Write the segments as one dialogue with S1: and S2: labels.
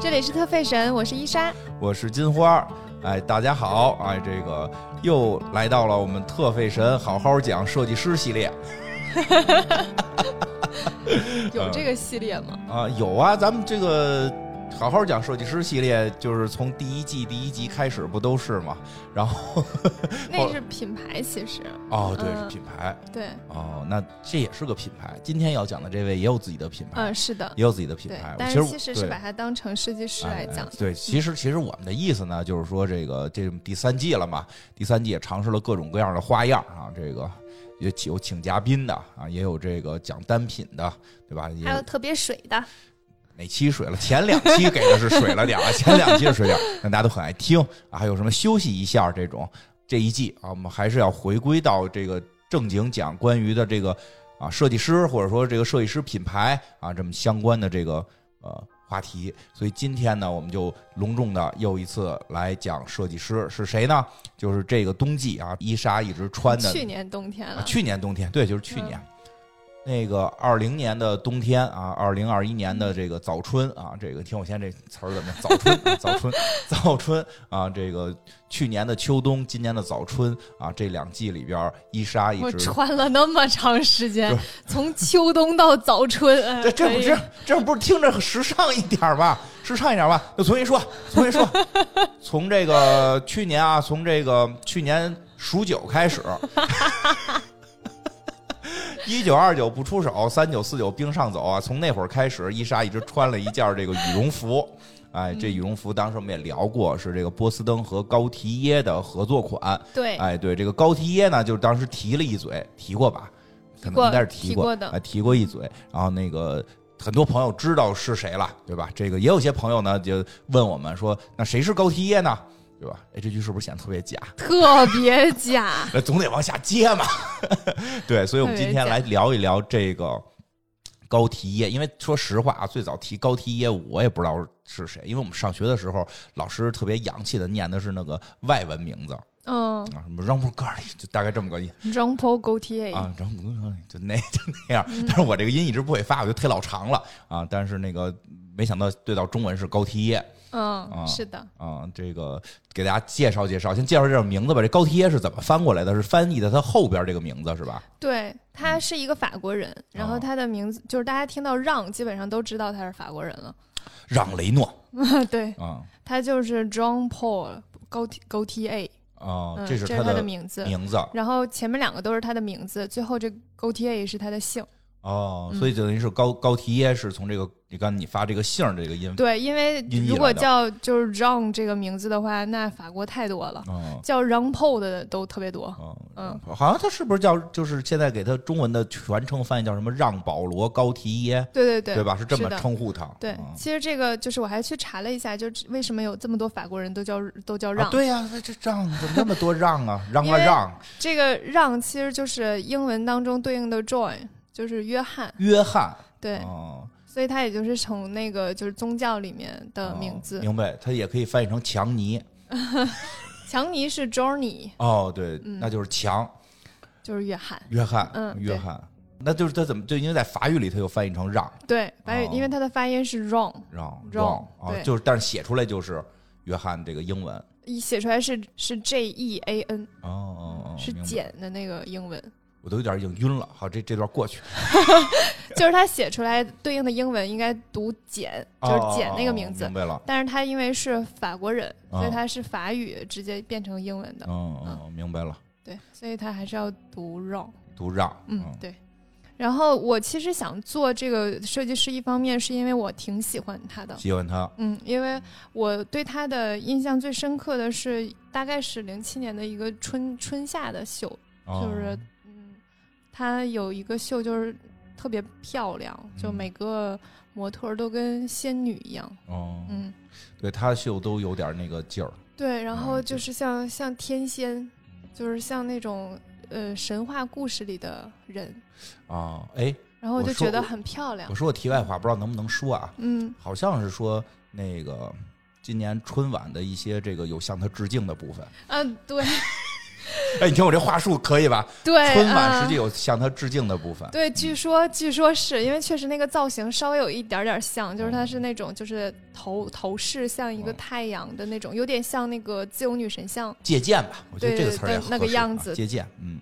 S1: 这里是特费神，我是伊莎。
S2: 我是金花，哎，大家好，哎，这个又来到了我们特费神好好讲设计师系列嗯
S1: 有这个系列吗？
S2: 啊，有啊，咱们这个好好讲设计师系列，就是从第一季第一集开始不都是吗？然后嗯
S1: 那是品牌，其实
S2: 哦，对，是
S1: 嗯
S2: 品牌
S1: 对，
S2: 哦，那这也是个品牌。今天要讲的这位也有自己的品牌，
S1: 嗯，是的，
S2: 也有自己的品
S1: 对
S2: 牌。。
S1: 但
S2: 我
S1: 是
S2: 其
S1: 其实是
S2: 对
S1: 把它当成设计师来讲
S2: 哎哎。对，其实其实我们的意思呢，就是说这个这第三季了嘛，第三季也尝试了各种各样的花样啊，这个也有请嘉宾的啊，也有这个讲单品的，对吧？也
S1: 还有
S2: 有
S1: 特别水的，
S2: 哪期水了？前两期给的是水了点儿啊， 前两期是水点儿，但大家都很爱听啊。还有什么休息一下这种，这一季啊，我们还是要回归到这个正经讲关于的这个啊设计师或者说这个设计师品牌啊这么相关的这个呃话题。所以今天呢，我们就隆重的又一次来讲设计师是谁呢？就是这个冬季啊，伊莎一直穿的
S1: 去年冬天
S2: 啊
S1: 了，
S2: 去年冬天，对，就是去年。那个二零年的冬天啊，二零二一年的这个早春啊，这个听我现在这词儿怎么样？早春，啊早春， 早春啊！这个去年的秋冬，今年的早春啊，这两季里边儿，伊莎一
S1: 我
S2: 直
S1: 穿了那么长时间，从秋冬到早 春，哎
S2: 这这不
S1: 可以
S2: 这这不是听着时尚一点儿吧？时尚一点儿吧？就重新说，重 新说，从这个去年啊，从这个去年数九开始，一九二九不出手，三九四九冰上走啊，从那会儿开始，伊莎一直穿了一件这个羽绒服。哎，这羽绒服当时我们也聊过，是这个波司登和高缇耶的合作款。
S1: 对，
S2: 哎，对，这个高缇耶呢，就是当时提了一嘴，提过吧，可能
S1: 过
S2: 应该是
S1: 提
S2: 过
S1: 过的
S2: 哎提过一嘴。然后那个很多朋友知道是谁了，对吧？这个也有些朋友呢就问我们说，那谁是高缇耶呢？对吧？哎，这句是不是显得特别假？
S1: 特别假，
S2: 那总得往下接嘛。 对，所以我们今天来聊一聊这个高缇耶，因为说实话啊，最早提高缇耶我也不知道是谁，因为我们上学的时候老师特别洋气的念的是那个外文名字啊，
S1: 嗯
S2: 什么 r a m b o g a r 就大概这么个意思。
S1: ，Jean Paul Gaultier，
S2: 啊，然后我跟你说就那 就那样，
S1: 嗯
S2: 但是我这个音一直不会发，我就忒老长了啊。但是那个没想到对到中文是高缇耶啊
S1: 嗯，是的，
S2: 啊，这个给大家介绍介绍，先介绍这种名字吧。这高缇耶是怎么翻过来的？是翻译的它后边这个名字是吧？
S1: 对，他是一个法国人，然
S2: 哦
S1: 后他的名字就是大家听到让，基本上都知道他是法国人了。
S2: 让雷诺
S1: 对，
S2: 啊
S1: 他就是 John Paul 高 T 高 T A，
S2: 啊，
S1: 嗯，
S2: 这
S1: 这
S2: 是
S1: 他
S2: 的
S1: 名字。
S2: 名字
S1: 然后前面两个都是他的名字，最后这高 T A 是他的姓。
S2: 哦，
S1: 嗯
S2: 所以等于是高高缇耶是从这个你刚才你发这个姓儿这个音
S1: 对，因为
S2: 嗯音译
S1: 如果
S2: 来的
S1: 叫就是 John 这个名字的话，那法国太多了，
S2: 啊
S1: 叫 John Paul 的都特别多。
S2: 啊
S1: 嗯，
S2: 好像他是不是叫就是现在给他中文的全称翻译叫什么让保罗高缇耶？
S1: 对对对，
S2: 对吧？是这么
S1: 的
S2: 称呼他。
S1: 对
S2: 嗯，
S1: 其实这个就是我还去查了一下，就是为什么有这么多法国人都叫都叫让
S2: 啊，，对呀、那这让怎么那么多让 啊？让
S1: 因
S2: 啊
S1: 为
S2: 让，
S1: 这个让其实就是英文当中对应的 John，就是约翰，
S2: 约翰。
S1: 对，
S2: 哦，
S1: 所以他也就是从那个就是宗教里面的
S2: 哦
S1: 名字。
S2: 明白？他也可以翻译成强尼。
S1: 强尼是 Johnny，
S2: 哦，对，
S1: 嗯
S2: 那就是强
S1: 就是约翰。
S2: 约翰，
S1: 嗯
S2: 约
S1: 对
S2: 翰。那就是他怎么就因为在法语里他又翻译成让
S1: 对，白宇，
S2: 哦
S1: 因为他的发音是 Ron，
S2: 让
S1: 让
S2: 啊，
S1: 对
S2: 就是但是写出来就是约翰这个英文
S1: 一写出来是是 J E A N，
S2: 哦哦哦，
S1: 是
S2: 明白，
S1: 简的那个英文，
S2: 我都有点已经晕了。好，这这段过去，
S1: 就是他写出来对应的英文应该读简，就是简那个名
S2: 哦哦
S1: 字
S2: 哦。明白了。
S1: 但是他因为是法国人，
S2: 哦
S1: 所以他是法语直接变成英文的，
S2: 嗯嗯，嗯明白了，
S1: 对，所以他还是要读 Ron。
S2: 读让，
S1: 嗯，对。然后我其实想做这个设计师，一方面是因为我挺喜欢他的，
S2: 喜欢他，
S1: 嗯，因为我对他的印象最深刻的是，大概是零七年的一个春春夏的秀，
S2: 哦
S1: 就是嗯，他有一个秀就是特别漂亮，就
S2: 嗯
S1: 每个模特儿都跟仙女一样，
S2: 哦，
S1: 嗯，
S2: 对他的秀都有点那个劲儿，
S1: 对，然后
S2: 啊
S1: 就
S2: 对嗯
S1: 是像像天仙，就是像那种呃神话故事里的人，
S2: 啊，哎，
S1: 然后我
S2: 我
S1: 就
S2: 说
S1: 觉得
S2: 我
S1: 很漂亮
S2: 我，说个题外话，不知道能不能说啊？
S1: 嗯，
S2: 好像是说那 个今年春晚的一些这个有向他致敬的部分，
S1: 啊嗯，对，
S2: 哎，你听我这话术可以吧？
S1: 对，
S2: 春晚
S1: 嗯
S2: 实际有向他致敬的部分。
S1: 对，据说据说是因为确实那个造型稍微有一点点像，就是
S2: 哦
S1: 它是那种就是头头饰像一个
S2: 嗯
S1: 太阳的那种，有点像那个自由女神像，
S2: 借鉴吧，我觉得
S1: 对
S2: 这个词儿也
S1: 对那个
S2: 合适啊
S1: 样子
S2: 借鉴，嗯，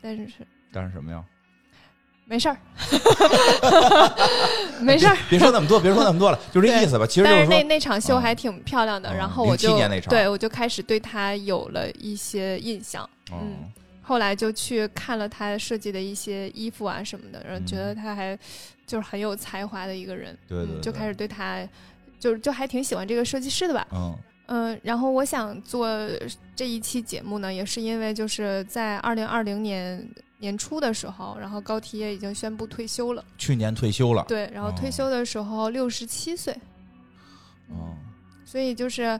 S1: 但是
S2: 但是什么呀？
S1: 没事儿， 没事儿。
S2: 别说那么多，别说那么多了，就这意思吧。其实就
S1: 但
S2: 是
S1: 是那
S2: 说，哦
S1: 那场秀还挺漂亮的，
S2: 嗯
S1: 然后我
S2: 07
S1: 就
S2: 年那场
S1: 对我就开始对他有了一些印象，
S2: 哦
S1: 嗯，后来就去看了他设计的一些衣服啊什么的，然后觉得他还就是很有才华的一个人，
S2: 嗯对对
S1: 嗯，就
S2: 对
S1: 开始对他就是就还挺喜欢这个设计师的吧，
S2: 嗯
S1: 嗯，然后我想做这一期节目呢，也是因为就是在二零二零年年初的时候，然后高缇也已经宣布退休了，
S2: 去年退休了，
S1: 对，然后退
S2: 哦
S1: 休的时候六十七岁，
S2: 嗯，
S1: 所以就是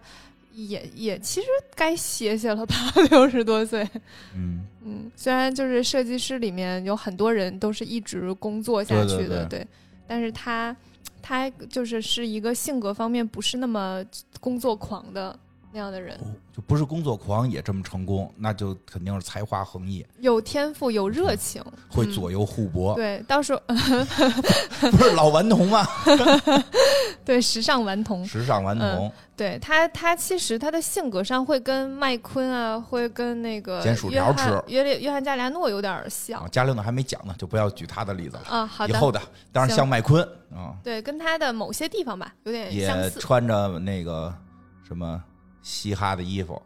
S1: 也也其实该歇歇了吧， 六十多岁，
S2: 嗯，
S1: 嗯，虽然就是设计师里面有很多人都是一直工作下
S2: 对对
S1: 去的，
S2: 对
S1: 但是他他就是是一个性格方面不是那么工作狂的那样的人。
S2: 哦就不是工作狂也这么成功，那就肯定是才华横溢，
S1: 有天赋，有热情，
S2: 会左右互搏，
S1: 对，到时候、 呃
S2: 不是老顽童吗？
S1: 对时尚顽童，
S2: 时尚顽童，
S1: 对他，他其实他的性格上会跟麦昆啊，会跟那个
S2: 捡薯
S1: 约
S2: 条
S1: 翰
S2: 吃
S1: 约列约翰加里亚诺有点儿像
S2: 啊，嘉玲呢还没讲呢，就不要举他的例子了。
S1: 啊。好
S2: 以
S1: 的，
S2: 后的，当然
S1: 行
S2: 像麦昆啊，
S1: 对，跟他的某些地方吧，有点相
S2: 也
S1: 似。
S2: 穿着那个什么嘻哈的衣服，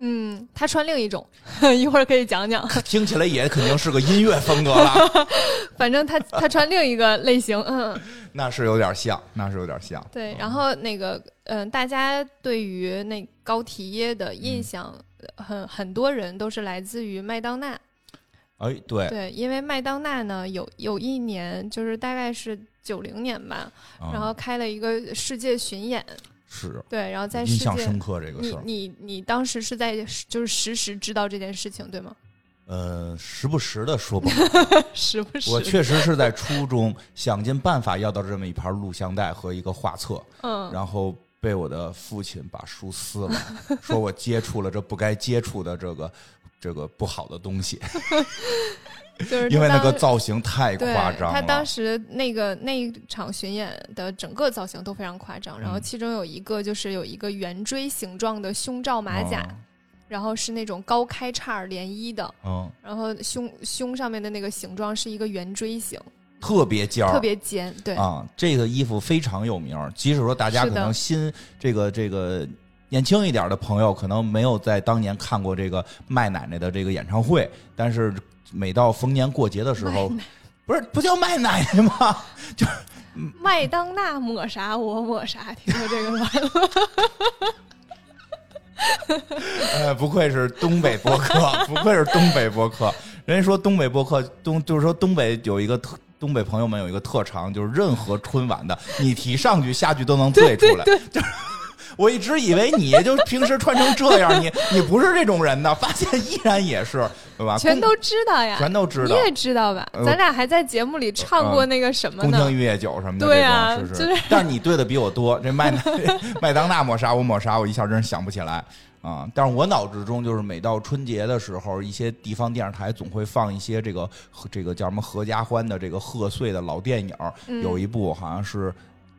S1: 嗯，他穿另一种， 一会儿可以讲讲。
S2: 听起来也肯定是个音乐风格了，
S1: 反正他他穿另一个类型，嗯，
S2: 那是有点像，那是有点像。
S1: 对。然后那个，嗯、大家对于那高缇耶的印象，很很多人都是来自于麦当娜。
S2: 哎，对，
S1: 对，因为麦当娜呢，有有一年就是大概是九零年吧，
S2: 啊
S1: 然后开了一个世界巡演，
S2: 是
S1: 对，然后在世
S2: 印象
S1: 界
S2: 深，刻这个事
S1: 你
S2: 儿，
S1: 你你当时是在就是实时知道这件事情对吗？
S2: 呃，时不时的说不好。
S1: 时不时，
S2: 我确实是在初中想尽办法要到这么一盘录像带和一个画册，
S1: 嗯，
S2: 然后被我的父亲把书 撕了，说我接触了这不该接触的这个这个不好的东西，
S1: 就是
S2: 因为那个
S1: 当
S2: 造型太
S1: 对
S2: 夸张了。嗯
S1: 他当时那个那一场巡演的整个造型都非常夸张，然后
S2: 嗯
S1: 其中有一个就是有一个圆锥形状的胸罩马甲，
S2: 嗯
S1: 然后是那种高开叉连衣的，
S2: 嗯，
S1: 然后胸胸上面的那个形状是一个圆锥形，
S2: 特别尖儿，
S1: 特别尖，对，
S2: 啊，这个衣服非常有名儿，即使说大家
S1: 是
S2: 可
S1: 的
S2: 能新这个这个年轻一点的朋友，可能没有在当年看过这个麦奶奶的这个演唱会，但是每到逢年过节的时候
S1: 麦，
S2: 不是不叫麦奶奶吗？
S1: 麦当娜抹啥我抹啥，听过这个 吗？
S2: 呃，不愧是东北播客， 不愧是东北播客。人家说东北播客东，就是说东北有一个特。东北朋友们有一个特长，就是任何春晚的，你提上句下句都能对出来。就是我一直以为你就平时穿成这样，你你不是这种人呢，发现依然也是，对吧？
S1: 全
S2: 宫
S1: 都知道呀，
S2: 啊全都知
S1: 你
S2: 道，
S1: 也知道吧？
S2: 呃
S1: 咱俩还在节目里唱过那个什么
S2: 宫
S1: 呢？
S2: 腔玉液酒什么的，
S1: 对
S2: 这种
S1: 啊
S2: 是是。
S1: 就是
S2: 但是你对的比我多，这麦麦当 娜抹杀我抹杀，我一下真是想不起来啊。但是我脑子中就是每到春节的时候，一些地方电视台总会放一些这个这个叫什么合家欢的这个贺岁的老电影儿，
S1: 嗯
S2: 有一部好像是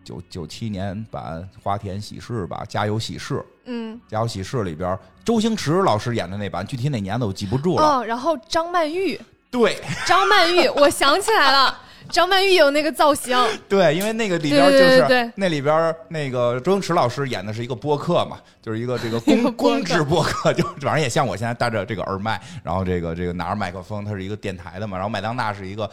S2: 九九七年版《花田喜事》吧，《家有喜事》。
S1: 嗯，
S2: 《家有喜事》里边，周星驰老师演的那版，具体哪年的我记不住了。
S1: 哦，然后张曼玉，
S2: 对
S1: 张曼 玉，我想起来了，张曼玉有那个造型，
S2: 对，因为那个里边就
S1: 对对
S2: 是
S1: 对对
S2: 那里边那个周星驰老师演的是一个播客嘛，就是一 个这个
S1: 一个
S2: 公
S1: 播客
S2: 公制播客，就反正也像我现在戴着这个耳麦，然后这个这个拿着麦克风，它是一个电台的嘛，然后麦当娜是一个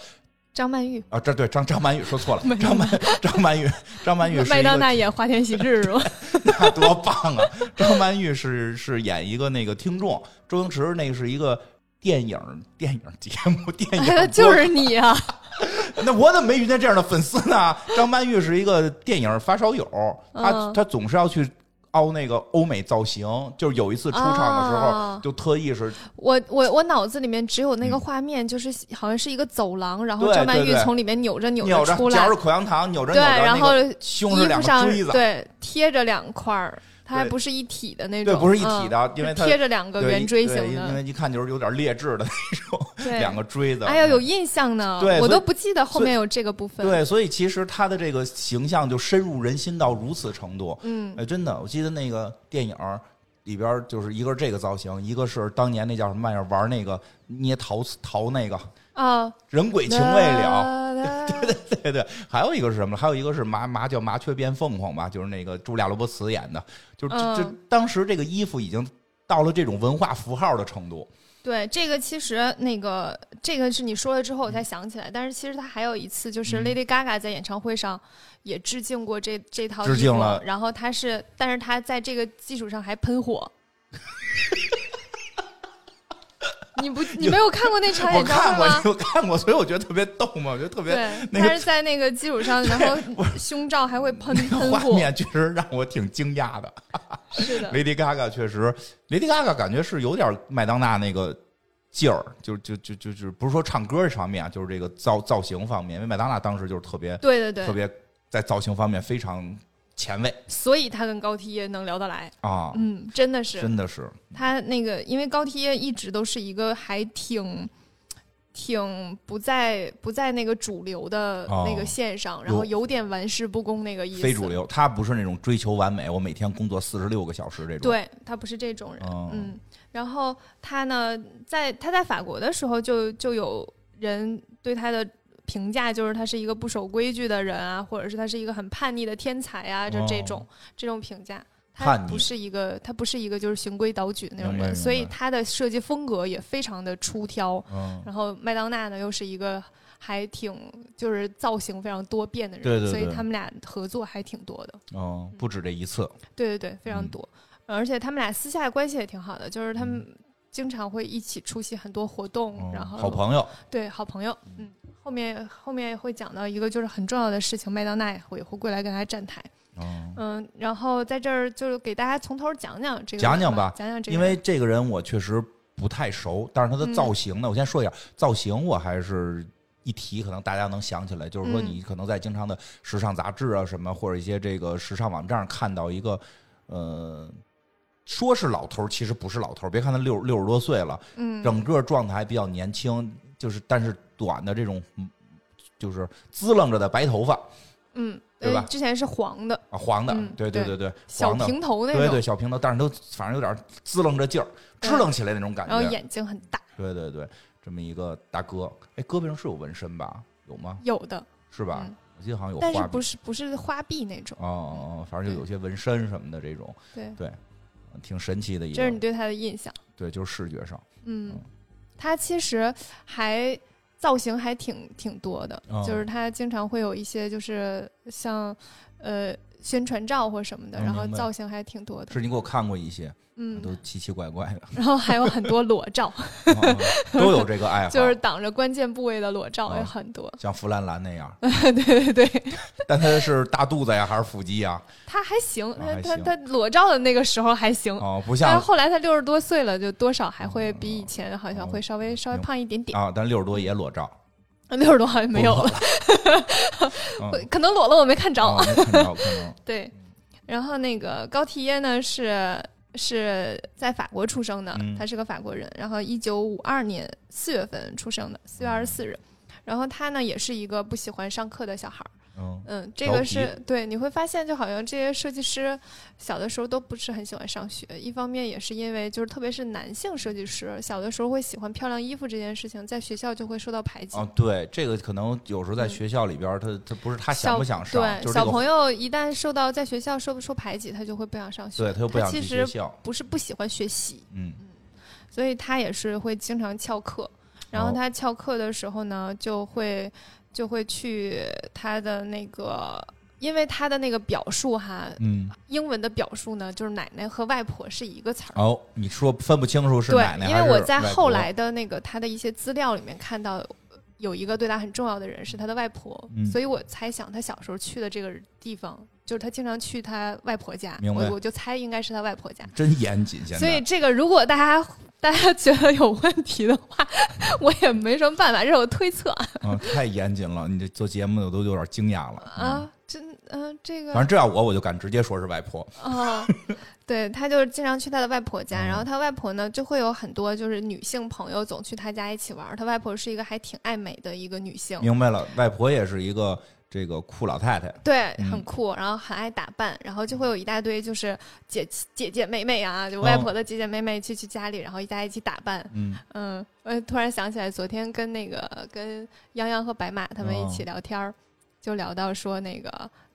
S1: 张曼玉，
S2: 啊，这对张张曼玉 说错了，张曼张曼玉张曼玉是
S1: 麦
S2: 一
S1: 当
S2: 个
S1: 娜演花田喜事 是吗？
S2: 那多棒啊！张曼玉是是演一个那个听众，周星驰那个是一个。电影电影节 目，电影播客、
S1: 哎就是你啊，
S2: 那我怎么没遇见这样的粉丝呢？张曼玉是一个电影发烧友，她、
S1: 嗯
S2: 她总是要去凹那个欧美造型，就是有一次出场的时候，
S1: 啊
S2: 就特意是
S1: 我我我脑子里面只有那个画面，就是好像是一个走廊，然后
S2: 嗯对
S1: 张曼
S2: 对
S1: 玉
S2: 对
S1: 从里面扭着扭
S2: 扭着
S1: 出
S2: 嚼
S1: 来
S2: 着，口香糖，扭着扭
S1: 对，
S2: 着
S1: 然
S2: 那
S1: 后
S2: 个
S1: 衣
S2: 胸是两
S1: 服
S2: 个
S1: 上
S2: 锥子，
S1: 对贴着两块儿，它还不是一体的那种，
S2: 对，不是一体的，因为
S1: 嗯，
S2: 它
S1: 贴着两个
S2: 对
S1: 圆锥
S2: 对
S1: 形
S2: 因
S1: 的，
S2: 为一看就是有点劣质的那种，
S1: 对，
S2: 两个锥子。
S1: 哎呀，有印象呢
S2: 对，
S1: 我
S2: 所以
S1: 都不记得后面有这个部分。
S2: 对，所以其实他的这个形象就深入人心到如此程度。
S1: 嗯，
S2: 哎，真的，我记得那个电影儿里边儿就是一个是这个造型，一个是当年那叫什么玩意儿玩那个捏陶瓷陶那个
S1: 啊，
S2: 人鬼情未了。
S1: 了，
S2: 对对，还有一个是什么？还有一个是麻麻叫麻雀变凤凰吧，就是那个茱莉亚·罗伯茨演的，就是这这、
S1: 嗯
S2: 当时这个衣服已经到了这种文化符号的程度。
S1: 对，这个其实那个这个是你说了之后我才想起来，但是其实他还有一次，就是
S2: 嗯
S1: Lady Gaga 在演唱会上也致敬过这这套
S2: 致敬
S1: 衣服
S2: 了
S1: 然后他是，但是他在这个基础上还喷火。你不，你没有看过那场
S2: 我
S1: 演唱
S2: 看
S1: 会
S2: 过，
S1: 吗？
S2: 我看过，所以我觉得特别逗嘛，我觉得特别
S1: 对，
S2: 那个
S1: 他是在那个基础上，然 后胸罩还会喷喷
S2: 画
S1: 火，
S2: 面，确实让我挺惊讶的。
S1: 是 的，
S2: Lady Gaga 确实，Lady Gaga 感觉是有点麦当娜那个劲儿，就就就就就不是说唱歌这方面啊，就是这个造造型方面，因为麦当娜当时就是特别
S1: 对对对
S2: 特，别在造型方面非常前卫
S1: 所以他跟高缇耶能聊得来。
S2: 啊，
S1: 嗯，真的是
S2: 真的是，
S1: 他那个，因为高缇耶一直都是一个还挺。挺不在不在那个主流的
S2: 哦
S1: 那个线上，然后有点玩世不恭那个意思。
S2: 非主，流，她不是那种追求完美，我每天工作四十六个小时这种。
S1: 对他不是这种人。
S2: 哦
S1: 嗯，然后他呢，在他在法国的时候就，就有人对他的评价就是他是一个不守规矩的人啊，或者是他是一个很叛逆的天才啊，就这种、
S2: 哦
S1: 这种评价。他
S2: 叛逆
S1: 不是一个，他不是一个就是循规蹈矩的那种
S2: 明白明
S1: 人，
S2: 白
S1: 所以他的设计风格也非常的出挑。
S2: 嗯，
S1: 然后麦当娜呢，又是一个还挺就是造型非常多变的人，
S2: 对对对
S1: 所以他们俩合作还挺多的。
S2: 哦，不止这一次，
S1: 对对对，非常
S2: 嗯
S1: 多。呃而且他们俩私下关系也挺好的，就是他们经常会一起出席很多活动，
S2: 嗯
S1: 然后
S2: 好朋友，
S1: 对好朋友，嗯，后面后面会讲到一个就是很重要的事情，麦当娜也会也会过来跟他站台，
S2: 嗯，
S1: 嗯，然后在这儿就是给大家从头讲讲这个
S2: 讲
S1: 人
S2: 讲吧
S1: 讲讲这个
S2: 因
S1: 人，
S2: 为这个人我确实不太熟，但是他的
S1: 嗯
S2: 造型呢，我先说一下造型，我还是一提可能大家能想起来，就是说
S1: 嗯
S2: 你可能在经常的时尚杂志啊什么，或者一些这个时尚网站上看到一个，呃。说是老头儿，其实不是老头儿。别看他六六十多岁了，
S1: 嗯
S2: 整个状态还比较年轻，就是但是短的这种，嗯就是滋楞着的白头发
S1: 嗯，
S2: 对吧
S1: 呃之前是黄的
S2: 啊，黄的，
S1: 嗯
S2: 对对对，
S1: 小
S2: 黄的，
S1: 平头那种，
S2: 对对小平头，但是都反正有点滋楞着劲儿，支
S1: 对
S2: 棱起来那种感觉。
S1: 然后眼睛很大，
S2: 对对对，这么一个大哥，哎，胳膊上是有纹身吧？有吗？
S1: 有的，
S2: 是吧？
S1: 嗯
S2: 我记得好像有
S1: 但是
S2: 花
S1: 不是不是花臂那种
S2: 哦，哦哦，反正就有些纹身什么的这种，呃
S1: 对，
S2: 挺神奇的一
S1: 这是你
S2: 个。
S1: 对他的印象。
S2: 对，就是视觉上，
S1: 嗯
S2: 嗯，
S1: 他其实还造型还挺挺多的，
S2: 哦
S1: 就是他经常会有一些就是像呃宣传照或什么的，
S2: 嗯
S1: 然后
S2: 明白
S1: 造型还挺多的，
S2: 是你给我看过一些，
S1: 嗯，
S2: 都奇奇怪 怪的，
S1: 然后还有很多裸照，
S2: 哦哦都有这个爱好。
S1: 就是挡着关键部位的裸照
S2: 哦
S1: 也很多，
S2: 像弗兰兰那样，
S1: 对对对，
S2: 但他是大肚子呀，还是腹肌呀？
S1: 他还行，
S2: 哦还
S1: 他他
S2: 行
S1: 他裸照的那个时候还行。
S2: 哦，
S1: 但
S2: 不
S1: 是
S2: 像哦
S1: 后来他六十多岁了，就多少还会比以前好像会稍微稍微
S2: 明白
S1: 胖一点点，
S2: 啊，但六十多也裸照，
S1: 六十多好像没有了，
S2: 嗯
S1: 可能裸了我没看着。
S2: 哦，没看到看到，
S1: 对，
S2: 嗯
S1: 然后那个高缇耶呢是是在法国出生的，
S2: 嗯
S1: 他是个法国人，然后一九五二年四月份出生的，四月二十四日。然后他呢也是一个不喜欢上课的小孩儿，
S2: 嗯，
S1: 嗯，这
S2: 调
S1: 个
S2: 皮
S1: 是对，你会发现就好像这些设计师小的时候都不是很喜欢上学，一方面也是因为就是特别是男性设计师小的时候会喜欢漂亮衣服这件事情，在学校就会受到排挤。
S2: 啊，对，这个可能有时候在学校里边，他他不是他想不想上，
S1: 对、
S2: 就是这
S1: 小
S2: 个
S1: 朋友一旦受到在学校受受排挤，他就会不想上学。
S2: 对他又不想去
S1: 其
S2: 学
S1: 实
S2: 校，
S1: 不是不喜欢学习，
S2: 嗯，
S1: 所以他也是会经常翘课。然
S2: 哦
S1: 后他翘课的时候呢，就会就会去他的那个，因为他的那个表述哈，
S2: 嗯，
S1: 英文的表述呢，就是奶奶和外婆是一个词儿。
S2: 哦，你说分不清楚是
S1: 对
S2: 奶，奶
S1: 因
S2: 还
S1: 为
S2: 是
S1: 我在
S2: 外
S1: 后
S2: 婆
S1: 来的那个他的一些资料里面看到。有一个对他很重要的人是他的外婆，
S2: 嗯
S1: 所以我猜想他小时候去的这个地方，就是他经常去他外婆家，
S2: 明白
S1: 我我就猜应该是他外婆家。
S2: 真严谨，现在
S1: 所以这个，如果大家大家觉得有问题的话， 我也没什么办法，这是我推测啊。
S2: 嗯太严谨了，你这做节目的我都有点
S1: 啊
S2: 惊讶了。嗯
S1: 真嗯、这个
S2: 反正这要我，我就敢直接说是外婆。
S1: 哦，对他就是经常去他的外婆家，
S2: 嗯
S1: 然后他外婆呢就会有很多就是女性朋友总去他家一起玩儿。他外婆是一个还挺爱美的一个女性，
S2: 明白了，外婆也是一个这个酷老太太，
S1: 对，
S2: 嗯
S1: 很酷，然后很爱打扮，然后就会有一大堆就是姐姐姐妹妹啊，
S2: 哦
S1: 就外婆的姐姐妹妹去去家里，然后一家一起打扮。
S2: 嗯，
S1: 嗯，我突然想起来，昨天跟那个跟泱泱和白马他们一起
S2: 哦
S1: 聊天儿，就聊到说那个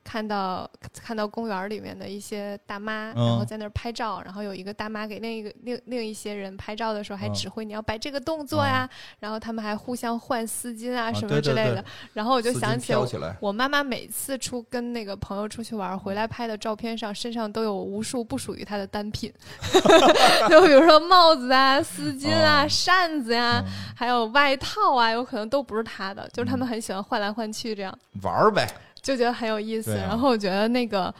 S1: 看到看到公园儿里面的一些大妈，然后
S2: 嗯
S1: 在那儿拍照，然后有一个大妈给另一个另另一些人拍照的时候，还
S2: 嗯哦
S1: 指挥你要摆这个动作呀，然后他们还互相换丝巾啊什
S2: 对
S1: 么之
S2: 对
S1: 类
S2: 对
S1: 的，然后我
S2: 我
S1: 就想起
S2: 飘起来，
S1: 我妈妈每次出跟那个朋友出去玩儿回来拍的照片上，身上都有无数不属于她的单 品，就比如说帽子啊、丝巾啊、
S2: 哦
S1: 扇子呀、
S2: 嗯
S1: 还有外套啊，有可能都不是她的，就是他们很喜欢换来换去，这样
S2: 玩儿呗，
S1: 就觉得很有意思。
S2: 对啊
S1: 然后我觉得那个。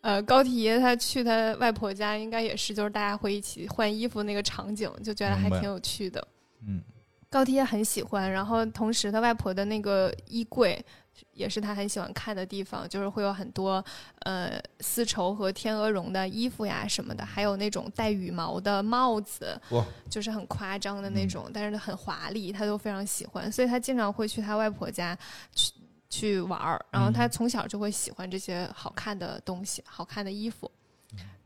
S1: 呃，高体爷他去他外婆家，应该也是就是大家会一起换衣服那个场景，就觉得还
S2: 明白
S1: 挺有趣的。
S2: 嗯，
S1: 高铁很喜欢，然后同时他外婆的那个衣柜也是他很喜欢看的地方，就是会有很多呃丝绸和天鹅绒的衣服呀什么的，还有那种带羽毛的帽子，
S2: 哇，
S1: 就是很夸张的那种，但是很华丽，他都非常喜欢，所以他经常会去他外婆家去去玩儿，然后他从小就会喜欢这些好看的东西、好看的衣服。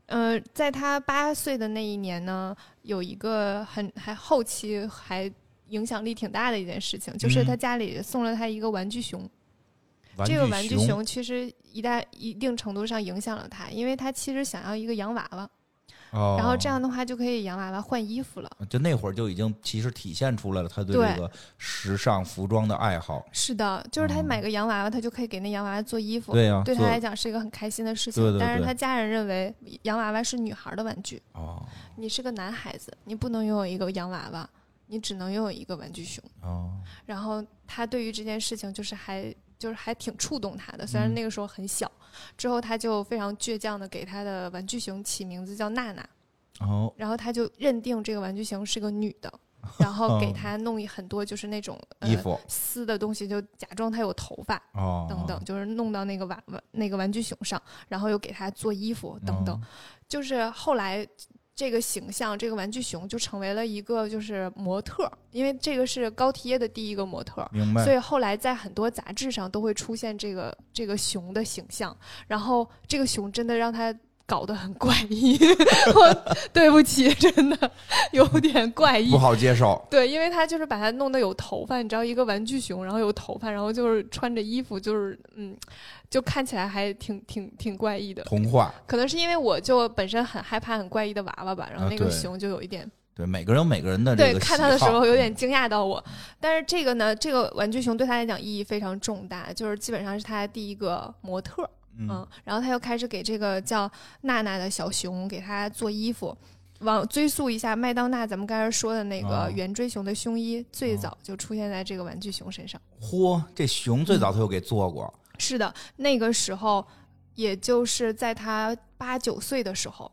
S1: 呃，在他八岁的那一年呢，有一个很还后期还影响力挺大的一件事情，就是
S2: 嗯
S1: 他家里送了他一个玩具熊。这个玩具熊其实一大一定程度上影响了他，因为他其实想要一个洋娃娃，
S2: 哦，
S1: 然后这样的话就可以洋娃娃换衣服了。
S2: 就那会儿就已经其实体现出来了他对
S1: 对
S2: 这个时尚服装的爱好，
S1: 是的，就是他买个洋娃娃，他就可以给那洋娃娃做衣服。
S2: 嗯对呀，
S1: 对他
S2: 做
S1: 来讲是一个很开心的事情，
S2: 对对
S1: 但是
S2: 对
S1: 他家人认为洋娃娃是女孩的玩具，
S2: 哦
S1: 你是个男孩子，你不能拥有一个洋娃娃，你只能拥有一个玩具熊。
S2: 哦，
S1: 然后他对于这件事情就是还就是还挺触动他的，虽然
S2: 嗯
S1: 那个时候很小，之后他就非常倔强的给他的玩具熊起名字叫娜娜，
S2: 哦，
S1: 然后他就认定这个玩具熊是个女的，然后 给
S2: 哦
S1: 他弄一很多就是那种、呃、
S2: 衣服
S1: 丝的东西，就假装他有头发。
S2: 哦，
S1: 呃等等，就是弄到那个娃娃那个玩具熊上，然后又给他做衣服等等，
S2: 嗯
S1: 就是后来。这个形象，这个玩具熊就成为了一个就是模特儿，因为这个是高缇耶的第一个模特儿，
S2: 嗯明白，
S1: 所以后来在很多杂志上都会出现这个这个熊的形象。然后这个熊真的让他搞得很怪异， 我对不起，真的有点怪异
S2: 不。好接受，
S1: 对，因为他就是把它弄得有头发，你知道一个玩具熊，然后有头发，然后就是穿着衣服，就是嗯，就看起来还挺挺挺怪异的。
S2: 童话。
S1: 可能是因为我就本身很害怕很怪异的娃娃吧，然后
S2: 啊
S1: 那个
S2: 对
S1: 熊就有一点、
S2: 对，每个人有每个人的这
S1: 对
S2: 个
S1: 看
S2: 喜
S1: 他的时
S2: 好嗯
S1: 候有点惊讶到我。但是这个呢，这个玩具熊对他来讲意义非常重大，就是基本上是他第一个模特儿，
S2: 嗯
S1: 嗯，然后他又开始给这个叫娜娜的小熊给他做衣服。往追溯一下，麦当娜咱们刚才说的那个
S2: 哦
S1: 圆锥熊的胸衣，最早就出现在这个玩具熊身上。
S2: 嚯，这熊最早他就给做过，
S1: 是的，那个时候，也就是在他八九岁的时候，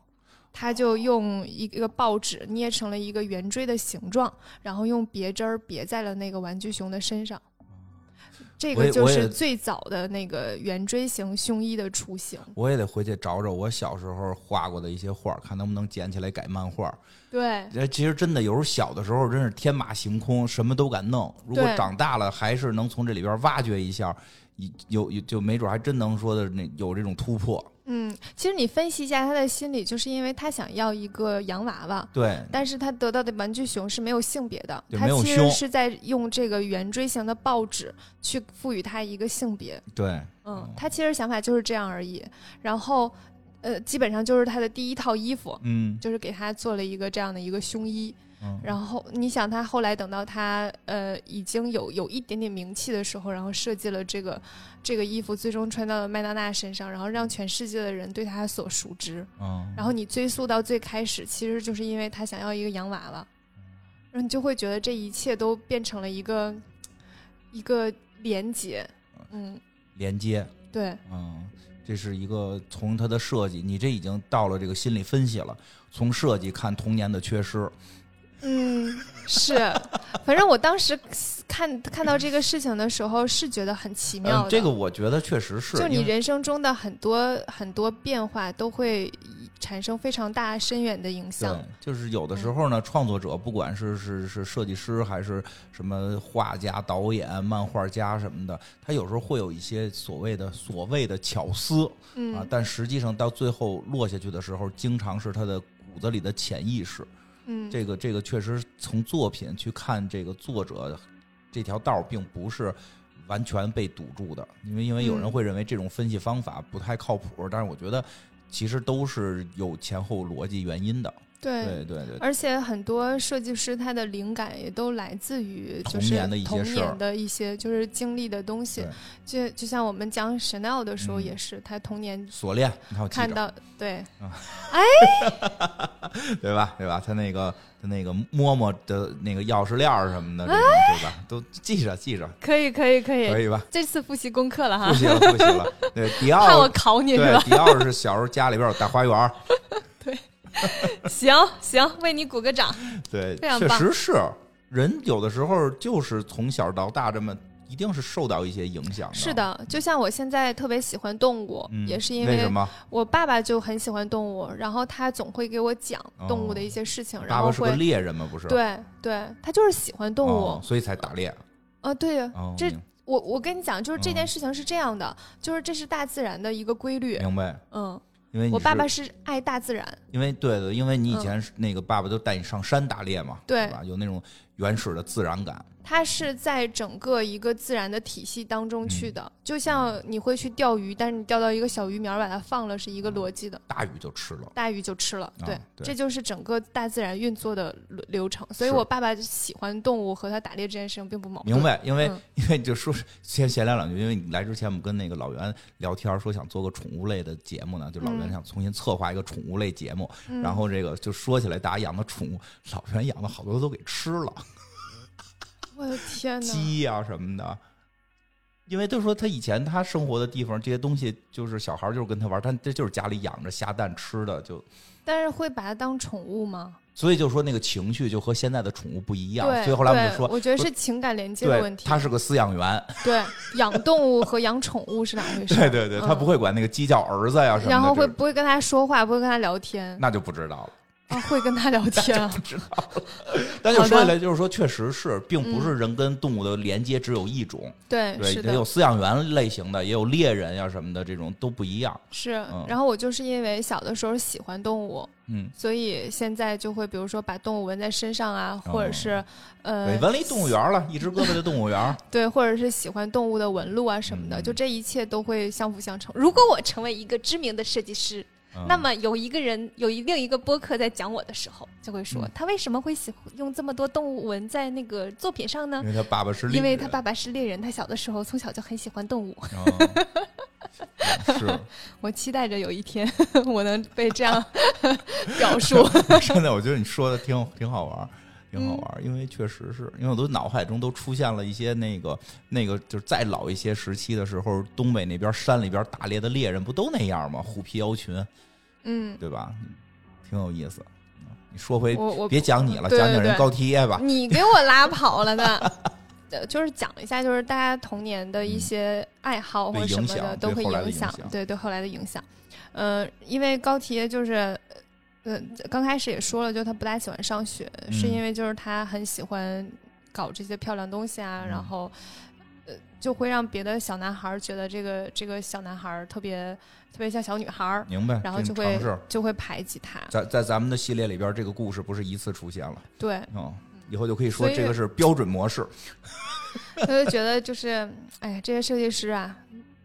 S1: 他就用一个报纸捏成了一个圆锥的形状，然后用别针儿别在了那个玩具熊的身上。这
S2: 哦我
S1: 个
S2: 也
S1: 就
S2: 我也
S1: 是最早的那个圆锥形胸衣的雏形。
S2: 我也得回去找找我小时候画过的一些画，看能不能捡起来改漫画。
S1: 对，
S2: 这其实真的有时候小的时候真是天马行空，什么都敢弄。如果
S1: 对
S2: 长大了还是能从这里边挖掘一下，一有有就没准还真能说的那有这种突破。
S1: 嗯，其实你分析一下他的心理，就是因为他想要一个洋娃娃，
S2: 对，
S1: 但是他得到的玩具熊是没有性别的，
S2: 对
S1: 他
S2: 没有
S1: 其实
S2: 胸
S1: 是在用这个圆锥形的报纸去赋予它一个性别。
S2: 对，
S1: 嗯，他其实想法就是这样而已。然后，呃，基本上就是他的第一套衣服，
S2: 嗯，
S1: 就是给他做了一个这样的一个胸衣。
S2: 嗯
S1: 然后你想，他后来等到他呃已经有有一点点名气的时候，然后设计了这个这个衣服，最终穿到了麦当娜身上，然后让全世界的人对他所熟知。
S2: 嗯，
S1: 然后你追溯到最开始，其实就是因为他想要一个洋娃娃，然后你就会觉得这一切都变成了一个一个连接，嗯，
S2: 连接，
S1: 对，
S2: 嗯，这是一个从它的设计，你这已经到了这个心理分析了。从设计看童年的缺失，
S1: 嗯， 是，反正我当时看看到这个事情的时候是觉得很奇妙
S2: 嗯，
S1: 的，
S2: 这个我觉得确实是，
S1: 就你
S2: 因为
S1: 人生中的很多很多变化都会产生非常大深远的影响
S2: 对。，就是有的
S1: 嗯
S2: 时候呢，创作者不管是是是设计师还是什么画家、导演、漫画家什么的，他有时候会有一些所谓的所谓的巧思啊
S1: 嗯，
S2: 但实际上到最后落下去的时候，经常是他的骨子里的潜意识。
S1: 嗯，
S2: 这个这个确实从作品去看，这个作者这条道儿并不是完全被堵住的，因为因为有人
S1: 嗯
S2: 会认为这种分析方法不太靠谱，但是我觉得其实都是有前后逻辑原因的。
S1: 对
S2: 对对对，
S1: 而且很多设计师他的灵感也都来自于就
S2: 童
S1: 是
S2: 年的一些
S1: 童
S2: 事儿
S1: 年的一些就是经历的东西
S2: 对。
S1: 就就像我们讲 Chanel 的时候
S2: 嗯
S1: 也是，他童年
S2: 锁链，你看我记
S1: 看
S2: 着
S1: 到对
S2: 对吧？对吧？他那个他那个摸摸的那个钥匙链儿什么的，这
S1: 哎
S2: 种对吧？都记着记着，
S1: 可以可以可以
S2: 可，以吧？
S1: 这次复习功课了
S2: 复
S1: 哈，
S2: 习哦了复习了，对迪
S1: 啊 怕我
S2: 奥。
S1: 考你是
S2: 对
S1: 吧，？
S2: 迪奥是小时候家里边有大花园儿，
S1: 行行，为你鼓个掌。
S2: 对，
S1: 非常
S2: 确
S1: 棒
S2: 实是人有的时候就是从小到大这么，一定是受到一些影响的。
S1: 是，的，就像我现在特别喜欢动物，
S2: 嗯，
S1: 也是因
S2: 为
S1: 为
S2: 什么？
S1: 我爸爸就很喜欢动物，然后他总会给我讲动物的一些事情，然
S2: 哦爸
S1: 后
S2: 爸是个
S1: 会
S2: 猎人嘛，不是？
S1: 对对，他就是喜欢动物
S2: 哦，所以才打猎。
S1: 啊，对呀，
S2: 哦，
S1: 这
S2: 明
S1: 我我跟你讲，就是这
S2: 嗯
S1: 件事情是这样的，就是这是大自然的一个规律。
S2: 明白，
S1: 嗯，
S2: 因为你
S1: 我爸
S2: 是
S1: 爸是爱大自然，
S2: 因为对的，因为你以
S1: 嗯
S2: 前是那个爸爸都带你上山打猎嘛，
S1: 对
S2: 吧？有那种原始的自然感，
S1: 他是在整个一个自然的体系当中
S2: 嗯
S1: 去的，就像你会去钓鱼，但是你钓到一个小鱼苗把它放了是一个逻辑的，
S2: 大鱼就吃了。
S1: 大鱼就吃了。对，
S2: 哦对
S1: 这就是整个大自然运作的流流程。所以
S2: 是
S1: 我爸爸喜欢动物和他打猎这件事情并不矛盾。
S2: 明白，因为、
S1: 嗯
S2: 因为就说先闲聊两句，因为你来之前我们跟那个老袁聊天，说想做个宠物类的节目呢，就老袁
S1: 嗯
S2: 想重新策划一个宠物类节目，
S1: 嗯
S2: 然后这个就说起来大家养的宠物，老袁养的好多都给吃了，
S1: 我的天哪！
S2: 鸡呀、什么的。因为都说他以前他生活的地方这些东西，就是小孩儿就是跟他玩儿，他这就是家里养着下蛋吃的，就
S1: 但是会把它当宠物吗？
S2: 所以就说那个情绪就和现在的宠物不一样，
S1: 对，
S2: 所以后来我们就
S1: 对
S2: 说，
S1: 我觉得
S2: 说
S1: 是情感连接的
S2: 对
S1: 问，题。
S2: 他是个饲养员，
S1: 对，养动物和养宠物是两回事。
S2: 对对对，他
S1: 嗯
S2: 不会管那个鸡叫儿子呀什么的，
S1: 然后
S2: 这
S1: 会不会跟他说话，不会跟他聊天
S2: 那就不知道了，
S1: 啊？会跟他聊天 啊？
S2: 不知道了。但就
S1: 好的嗯
S2: 说起来，就是说，确实是，并不是人跟动物的连接只有一种，
S1: 对，
S2: 对，
S1: 是
S2: 也有
S1: 的，
S2: 饲养员类型的，也有猎人呀什么的，这种都不一样。
S1: 是
S2: 嗯。
S1: 然后我就是因为小的时候喜欢动物，
S2: 嗯，
S1: 所以现在就会比如说把动物纹在身上啊，或者是
S2: 对，
S1: 呃，
S2: 纹了一动物园了，一只胳膊的动 物园，
S1: 对，或者是喜欢动物的纹路啊什么的，
S2: 嗯
S1: 就这一切都会相辅相成。如果我成为一个知名的设计师，
S2: 嗯
S1: 那么有一个人有一另一个播客在讲我的时候，就会说、
S2: 嗯
S1: 他为什么会喜欢用这么多动物纹在那个作品上呢
S2: 因？为他爸爸嗯是猎
S1: 因
S2: 人，
S1: 为他爸爸是猎人，他小的时候从小就很喜欢动物。
S2: 嗯是。
S1: 我期待着有一天我能被这样 表述。
S2: 真的，我觉得你说的挺挺好玩儿，挺好
S1: 嗯
S2: 玩儿，因为确实是因为我都脑海中都出现了一些那个那个，就是再老一些时期的时候，东北那边山里边打猎的猎人不都那样吗？虎皮腰裙，
S1: 嗯，
S2: 对吧？挺有意思。嗯你说回
S1: 我我
S2: 别讲你了，
S1: 对
S2: 讲讲
S1: 对
S2: 人
S1: 对
S2: 高踢耶吧。
S1: 你给我拉跑了 呢。呃就是讲一下，就是大家童年的一些爱好或者什么
S2: 对影
S1: 的
S2: 响
S1: 都会
S2: 对后来的
S1: 影
S2: 影响
S1: 对对后来的影响。呃，因为高缇就是，呃，刚开始也说了，就他不大喜欢上学，
S2: 嗯
S1: 是因为就是他很喜欢搞这些漂亮东西啊，
S2: 嗯
S1: 然后，呃，就会让别的小男孩儿觉得这个这个小男孩儿特别特别像小女孩儿，
S2: 明白，
S1: 嗯然后
S2: 这
S1: 就
S2: 种
S1: 会
S2: 尝试
S1: 就会排挤他。
S2: 在在咱们的系列里边，这个故事不是一次出现了，
S1: 对，
S2: 嗯，以后就可以说
S1: 所以
S2: 这个是标准模式，
S1: 我就觉得就是，哎，这些设计师啊，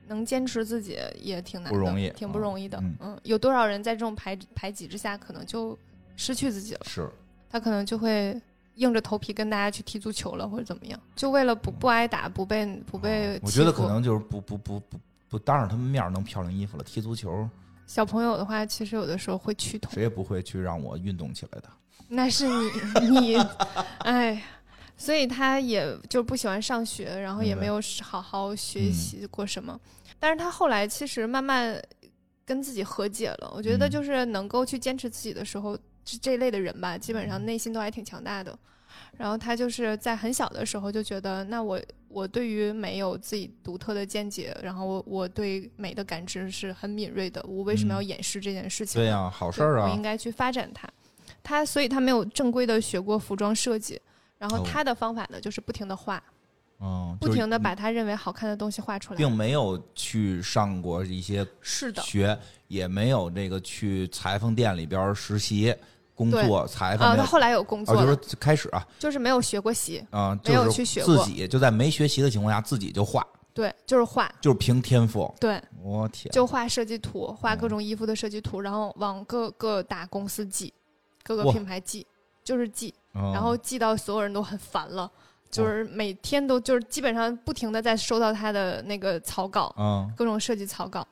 S1: 能坚持自己也挺难的，
S2: 不容易
S1: 挺不容易的。
S2: 嗯
S1: 嗯，有多少人在这种排排挤之下，可能就失去自己了，
S2: 是
S1: 他可能就会。硬着头皮跟大家去踢足球了，或者怎么样，就为了不不挨打，不被不被
S2: 嗯
S1: 欺负。
S2: 我觉得可能就是不不不不不当着他们面儿弄漂亮衣服了，踢足球。
S1: 小朋友的话，其实有的时候会趋同。
S2: 谁也不会去让我运动起来的。
S1: 那是你 你，哎呀，所以他也就不喜欢上学，然后也
S2: 明白嗯
S1: 没有好好学习过什么。但是他后来其实慢慢跟自己和解了，我觉得
S2: 嗯
S1: 就是能够去坚持自己的时候，这这一类的人吧，
S2: 嗯
S1: 基本上内心都还挺强大的。然后他就是在很小的时候就觉得，那我我对于美有自己独特的见解，然后我我对美的感知是很敏锐的。我为什么要
S2: 嗯
S1: 掩饰这件事情呢？
S2: 对呀、好事儿
S1: 对我
S2: 啊
S1: 应，该去发展它。他所以他没有正规的学过服装设计，然后
S2: 哦
S1: 他的方法呢就是不停的画，
S2: 嗯，
S1: 不停的把
S2: 摆，
S1: 他认为好看的东西画出来。
S2: 并没有去上过一些
S1: 是的，
S2: 学，也没有这个去裁缝店里边儿实习工作，裁缝
S1: 啊，
S2: 没
S1: 他
S2: 有
S1: 后来有工
S2: 啊，
S1: 作
S2: 就
S1: 了，
S2: 是说开始啊，
S1: 就是没有学过习，
S2: 嗯、
S1: 没有
S2: 就是
S1: 去学
S2: 自
S1: 过
S2: 己就在没学习的情况下自己就画，
S1: 对，就是画，
S2: 就是凭天赋。
S1: 对，
S2: 我天，
S1: 就画设计图，画各
S2: 嗯
S1: 种衣服的设计图，然后往各个大公司寄，各个
S2: 哇哦
S1: 品牌寄，就是寄，
S2: 然
S1: 然后寄到所有人都很烦了，就是每天都就是基本上不停的在收到他的那个草稿，
S2: 嗯
S1: 各种设计草稿。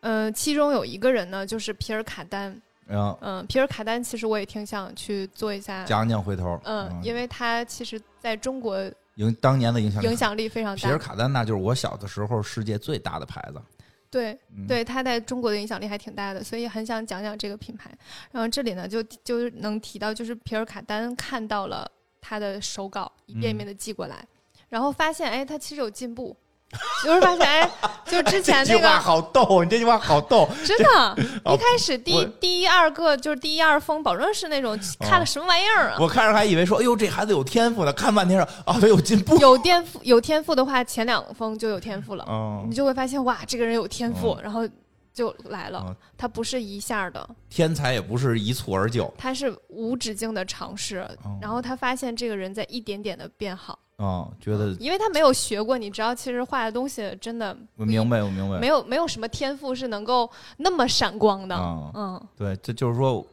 S1: 嗯、其中有一个人呢，就是皮尔卡丹。
S2: 嗯，
S1: 嗯、皮尔卡丹其实我也挺想去做一下，
S2: 讲讲回头，
S1: 嗯、因为他其实在中国
S2: 影当年的影响力
S1: 影响力非常
S2: 皮
S1: 大。
S2: 尔卡丹那就是我小的时候世界最大的牌子，
S1: 对
S2: 嗯、，
S1: 对，他在中国的影响力还挺大的，所以很想讲讲这个品牌。然后这里呢，就就是能提到，就是皮尔卡丹看到了他的手稿，一遍一
S2: 嗯
S1: 遍的寄过来，然后发现，哎，他其实有进步。 就是发现，哎，就之前
S2: 这
S1: 那
S2: 句话
S1: 个
S2: 好逗，你这句话好 逗，
S1: 真的，
S2: 哦
S1: 一开始
S2: 我哦
S1: 第第一二个就是第一二封，保证是那种看了什么玩意儿啊，
S2: 我开始还以为说，哎呦这孩子有天赋呢，看半天说啊他有进步，
S1: 有天赋有天赋的话，前两封就有天赋了，
S2: 嗯
S1: 你，就会发现哇，这个人有天
S2: 哦
S1: 赋，然后就来了。
S2: 嗯
S1: 他不是一下的，
S2: 天才也不是一蹴而就，
S1: 他是无止境的尝试，
S2: 嗯
S1: 然后他发现这个人在一点点的变好，
S2: 嗯，觉得
S1: 因为他没有学过，你知道，其实画的东西真的
S2: 我明白我明白，
S1: 没有没有什么天赋是能够那么闪光的，
S2: 嗯
S1: 嗯，
S2: 对，这就是说。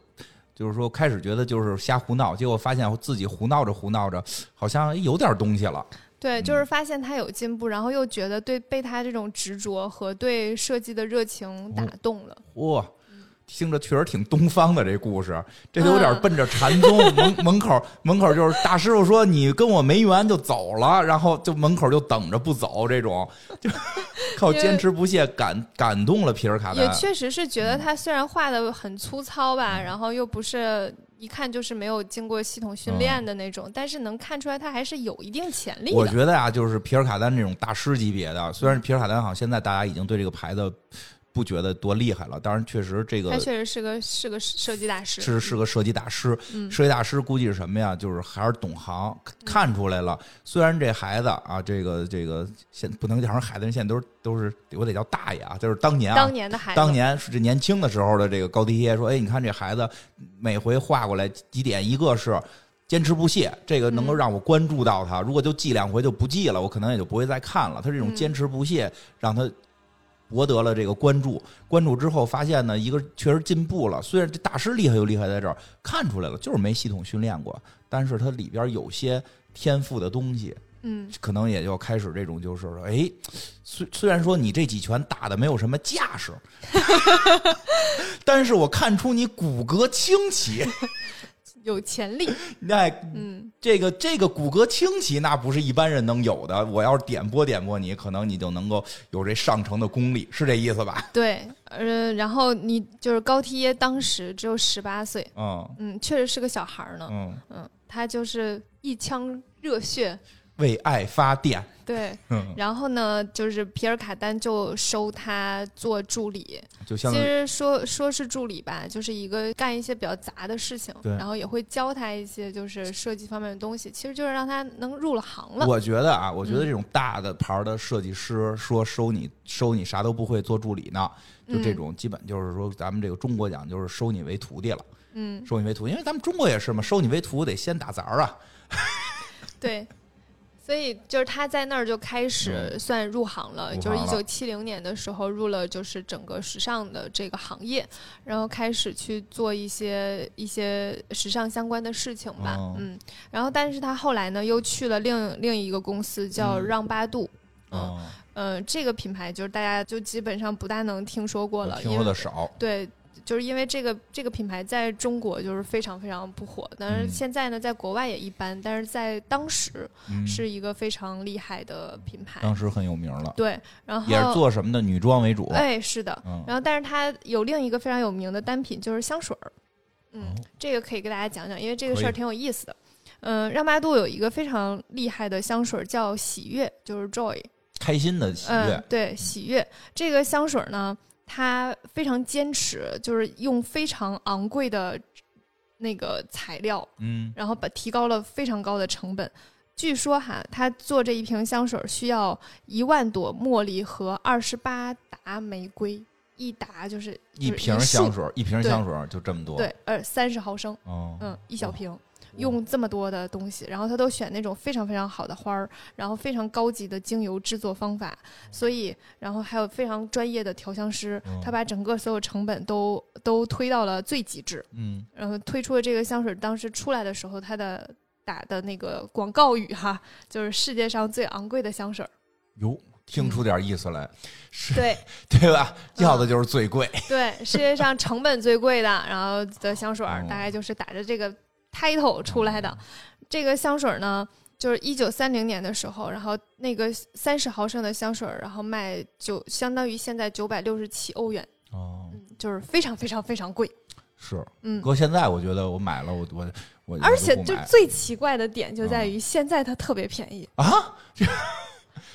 S2: 就是说，开始觉得就是瞎胡闹，结果发现自己胡闹着胡闹着，好像哎有点东西了。
S1: 对，就是发现他有进步，然后又觉得对被他这种执着和对设计的热
S2: 嗯
S1: 情打动了，
S2: 嚯、听着确实挺东方的这故事，这都有
S1: 嗯
S2: 点奔着禅宗、门门口门口就是大师傅说你跟我没缘就走了，然后就门口就等着不走这种，就靠坚持不懈感感动了皮尔卡
S1: 也
S2: 丹。
S1: 确实是觉
S2: 嗯
S1: 得他虽然画的很粗糙吧，然后又不是一看就是没有经过系统
S2: 嗯
S1: 训练的那种，但是能看出来他还是有一定潜力
S2: 我
S1: 的。
S2: 觉得啊，就是皮尔卡丹这种大师级别的，虽然皮尔卡丹好像现在大家已经对这个牌子不觉得多厉害了，当然确实这个
S1: 他确实是个是个设计大师，
S2: 是是个设计大师，
S1: 嗯
S2: 设计大师估计是什么呀？就是还是懂行，看出来了。虽然这孩子啊，这个这个现不能叫成孩子，人现在都是都是我得叫大爷啊，就是当年啊，
S1: 当年的孩子，
S2: 当年是这年轻的时候的这个高低贴说，哎，你看这孩子每回画过来几点，一个是坚持不懈，这个能够让我关注到他。如果就记两回就不记了，我可能也就不会再看了。他这种
S1: 嗯
S2: 坚持不懈，让他。博得了这个关注，关注之后发现呢，一个确实进步了。虽然这大师厉害就厉害在这儿，看出来了，就是没系统训练过，但是他里边有些天赋的东西，
S1: 嗯，
S2: 可能也就开始这种，就是说，哎，虽虽然说你这几拳打的没有什么架 势，但是我看出你骨骼清奇，
S1: 有潜力，
S2: 那
S1: 嗯，
S2: 这个这个骨骼清奇，那不是一般人能有的。我要是点拨点拨你，可能你就能够有这上乘的功力，是这意思吧？
S1: 对，呃，然后你就是高梯耶当时只有十八岁，
S2: 嗯
S1: 嗯，确实是个小孩儿呢，
S2: 嗯，
S1: 嗯，他就是一腔热血，
S2: 为爱发电，
S1: 对，
S2: 嗯，
S1: 然后呢，就是皮尔卡丹就收他做助理，
S2: 就相
S1: 其
S2: 当于
S1: 实说说是助理吧，就是一个干一些比较杂的事情，
S2: 对
S1: 然后也会教他一些就是设计方面的东西，其实就是让他能入了行了。
S2: 我觉得啊，我觉得
S1: 嗯
S2: 这种大的牌儿的设计师说收你收你啥都不会做助理呢，
S1: 嗯
S2: 就这种基本就是说咱们这个中国讲就是收你为徒弟了，
S1: 嗯，
S2: 收你为徒，因为咱们中国也是嘛，收你为徒得先打杂儿啊，
S1: 对。所以就是他在那儿就开始算入行了，
S2: 嗯入
S1: 就是一
S2: 行了
S1: 九七零年的时候入了就是整个时尚的这个行业，然后开始去做一些一些时尚相关的事情吧，
S2: 哦
S1: 嗯，然后但是他后来呢又去了另另一个公司叫
S2: 嗯
S1: 让八度，嗯
S2: 嗯，
S1: 呃，这个品牌就是大家就基本上不大能听说过了，
S2: 听
S1: 因
S2: 说
S1: 为
S2: 的少，
S1: 对，就是因为这个这个品牌在中国就是非常非常不火，但是
S2: 嗯
S1: 现在呢，在国外也一般，但是在当时
S2: 嗯，
S1: 是一个非常厉害的品牌。
S2: 当时很有名了，
S1: 对，然后
S2: 也是做什么的女装为主，
S1: 哎，是的，
S2: 嗯，
S1: 然后但是它有另一个非常有名的单品就是香水儿，嗯，
S2: 哦
S1: 这个可以给大家讲讲，因为这个
S2: 可以
S1: 事儿挺有意思的。嗯、让巴杜有一个非常厉害的香水叫喜悦，就是 joy，
S2: 开心的喜
S1: 嗯、
S2: 悦，
S1: 对，喜悦这个香水呢，它非常坚持，就是用非常昂贵的那个材料，
S2: 嗯，
S1: 然后把提高了非常高的成本。据说哈，他做这一瓶香水需要一万朵茉莉和二十八沓玫瑰，一沓就是
S2: 一
S1: 就是束
S2: 瓶香水，一瓶
S1: 对
S2: 香水就这么多，，
S1: 对，呃，三十毫升，
S2: 哦，
S1: 嗯，一小瓶，用这么多的东西，然后他都选那种非常非常好的花儿，然后非常高级的精油制作方法，所以然后还有非常专业的调香师
S2: 嗯，
S1: 他把整个所有成本都都推到了最极致。
S2: 嗯，
S1: 然后推出的这个香水，当时出来的时候，它的打的那个广告语哈，就是世界上最昂贵的香水儿。
S2: 哟，听出点意思来，是，
S1: 嗯对
S2: 对吧？要的就是最贵，
S1: 对，世界上成本最贵的，然后的香水儿
S2: 哦
S1: 大概就是打着这个 title 出来的。这个香水儿呢，就是一九三零年的时候，然后那个三十毫升的香水儿，然后卖九，相当于现在九百六十七欧元，
S2: 哦，
S1: 嗯，就是非常非常非常贵，
S2: 是，
S1: 嗯。
S2: 搁现在我觉得我买了，我我我，
S1: 而
S2: 我就
S1: 且
S2: 不
S1: 就
S2: 买嗯
S1: 最奇怪的点就在于，现在它特别便宜，
S2: 啊，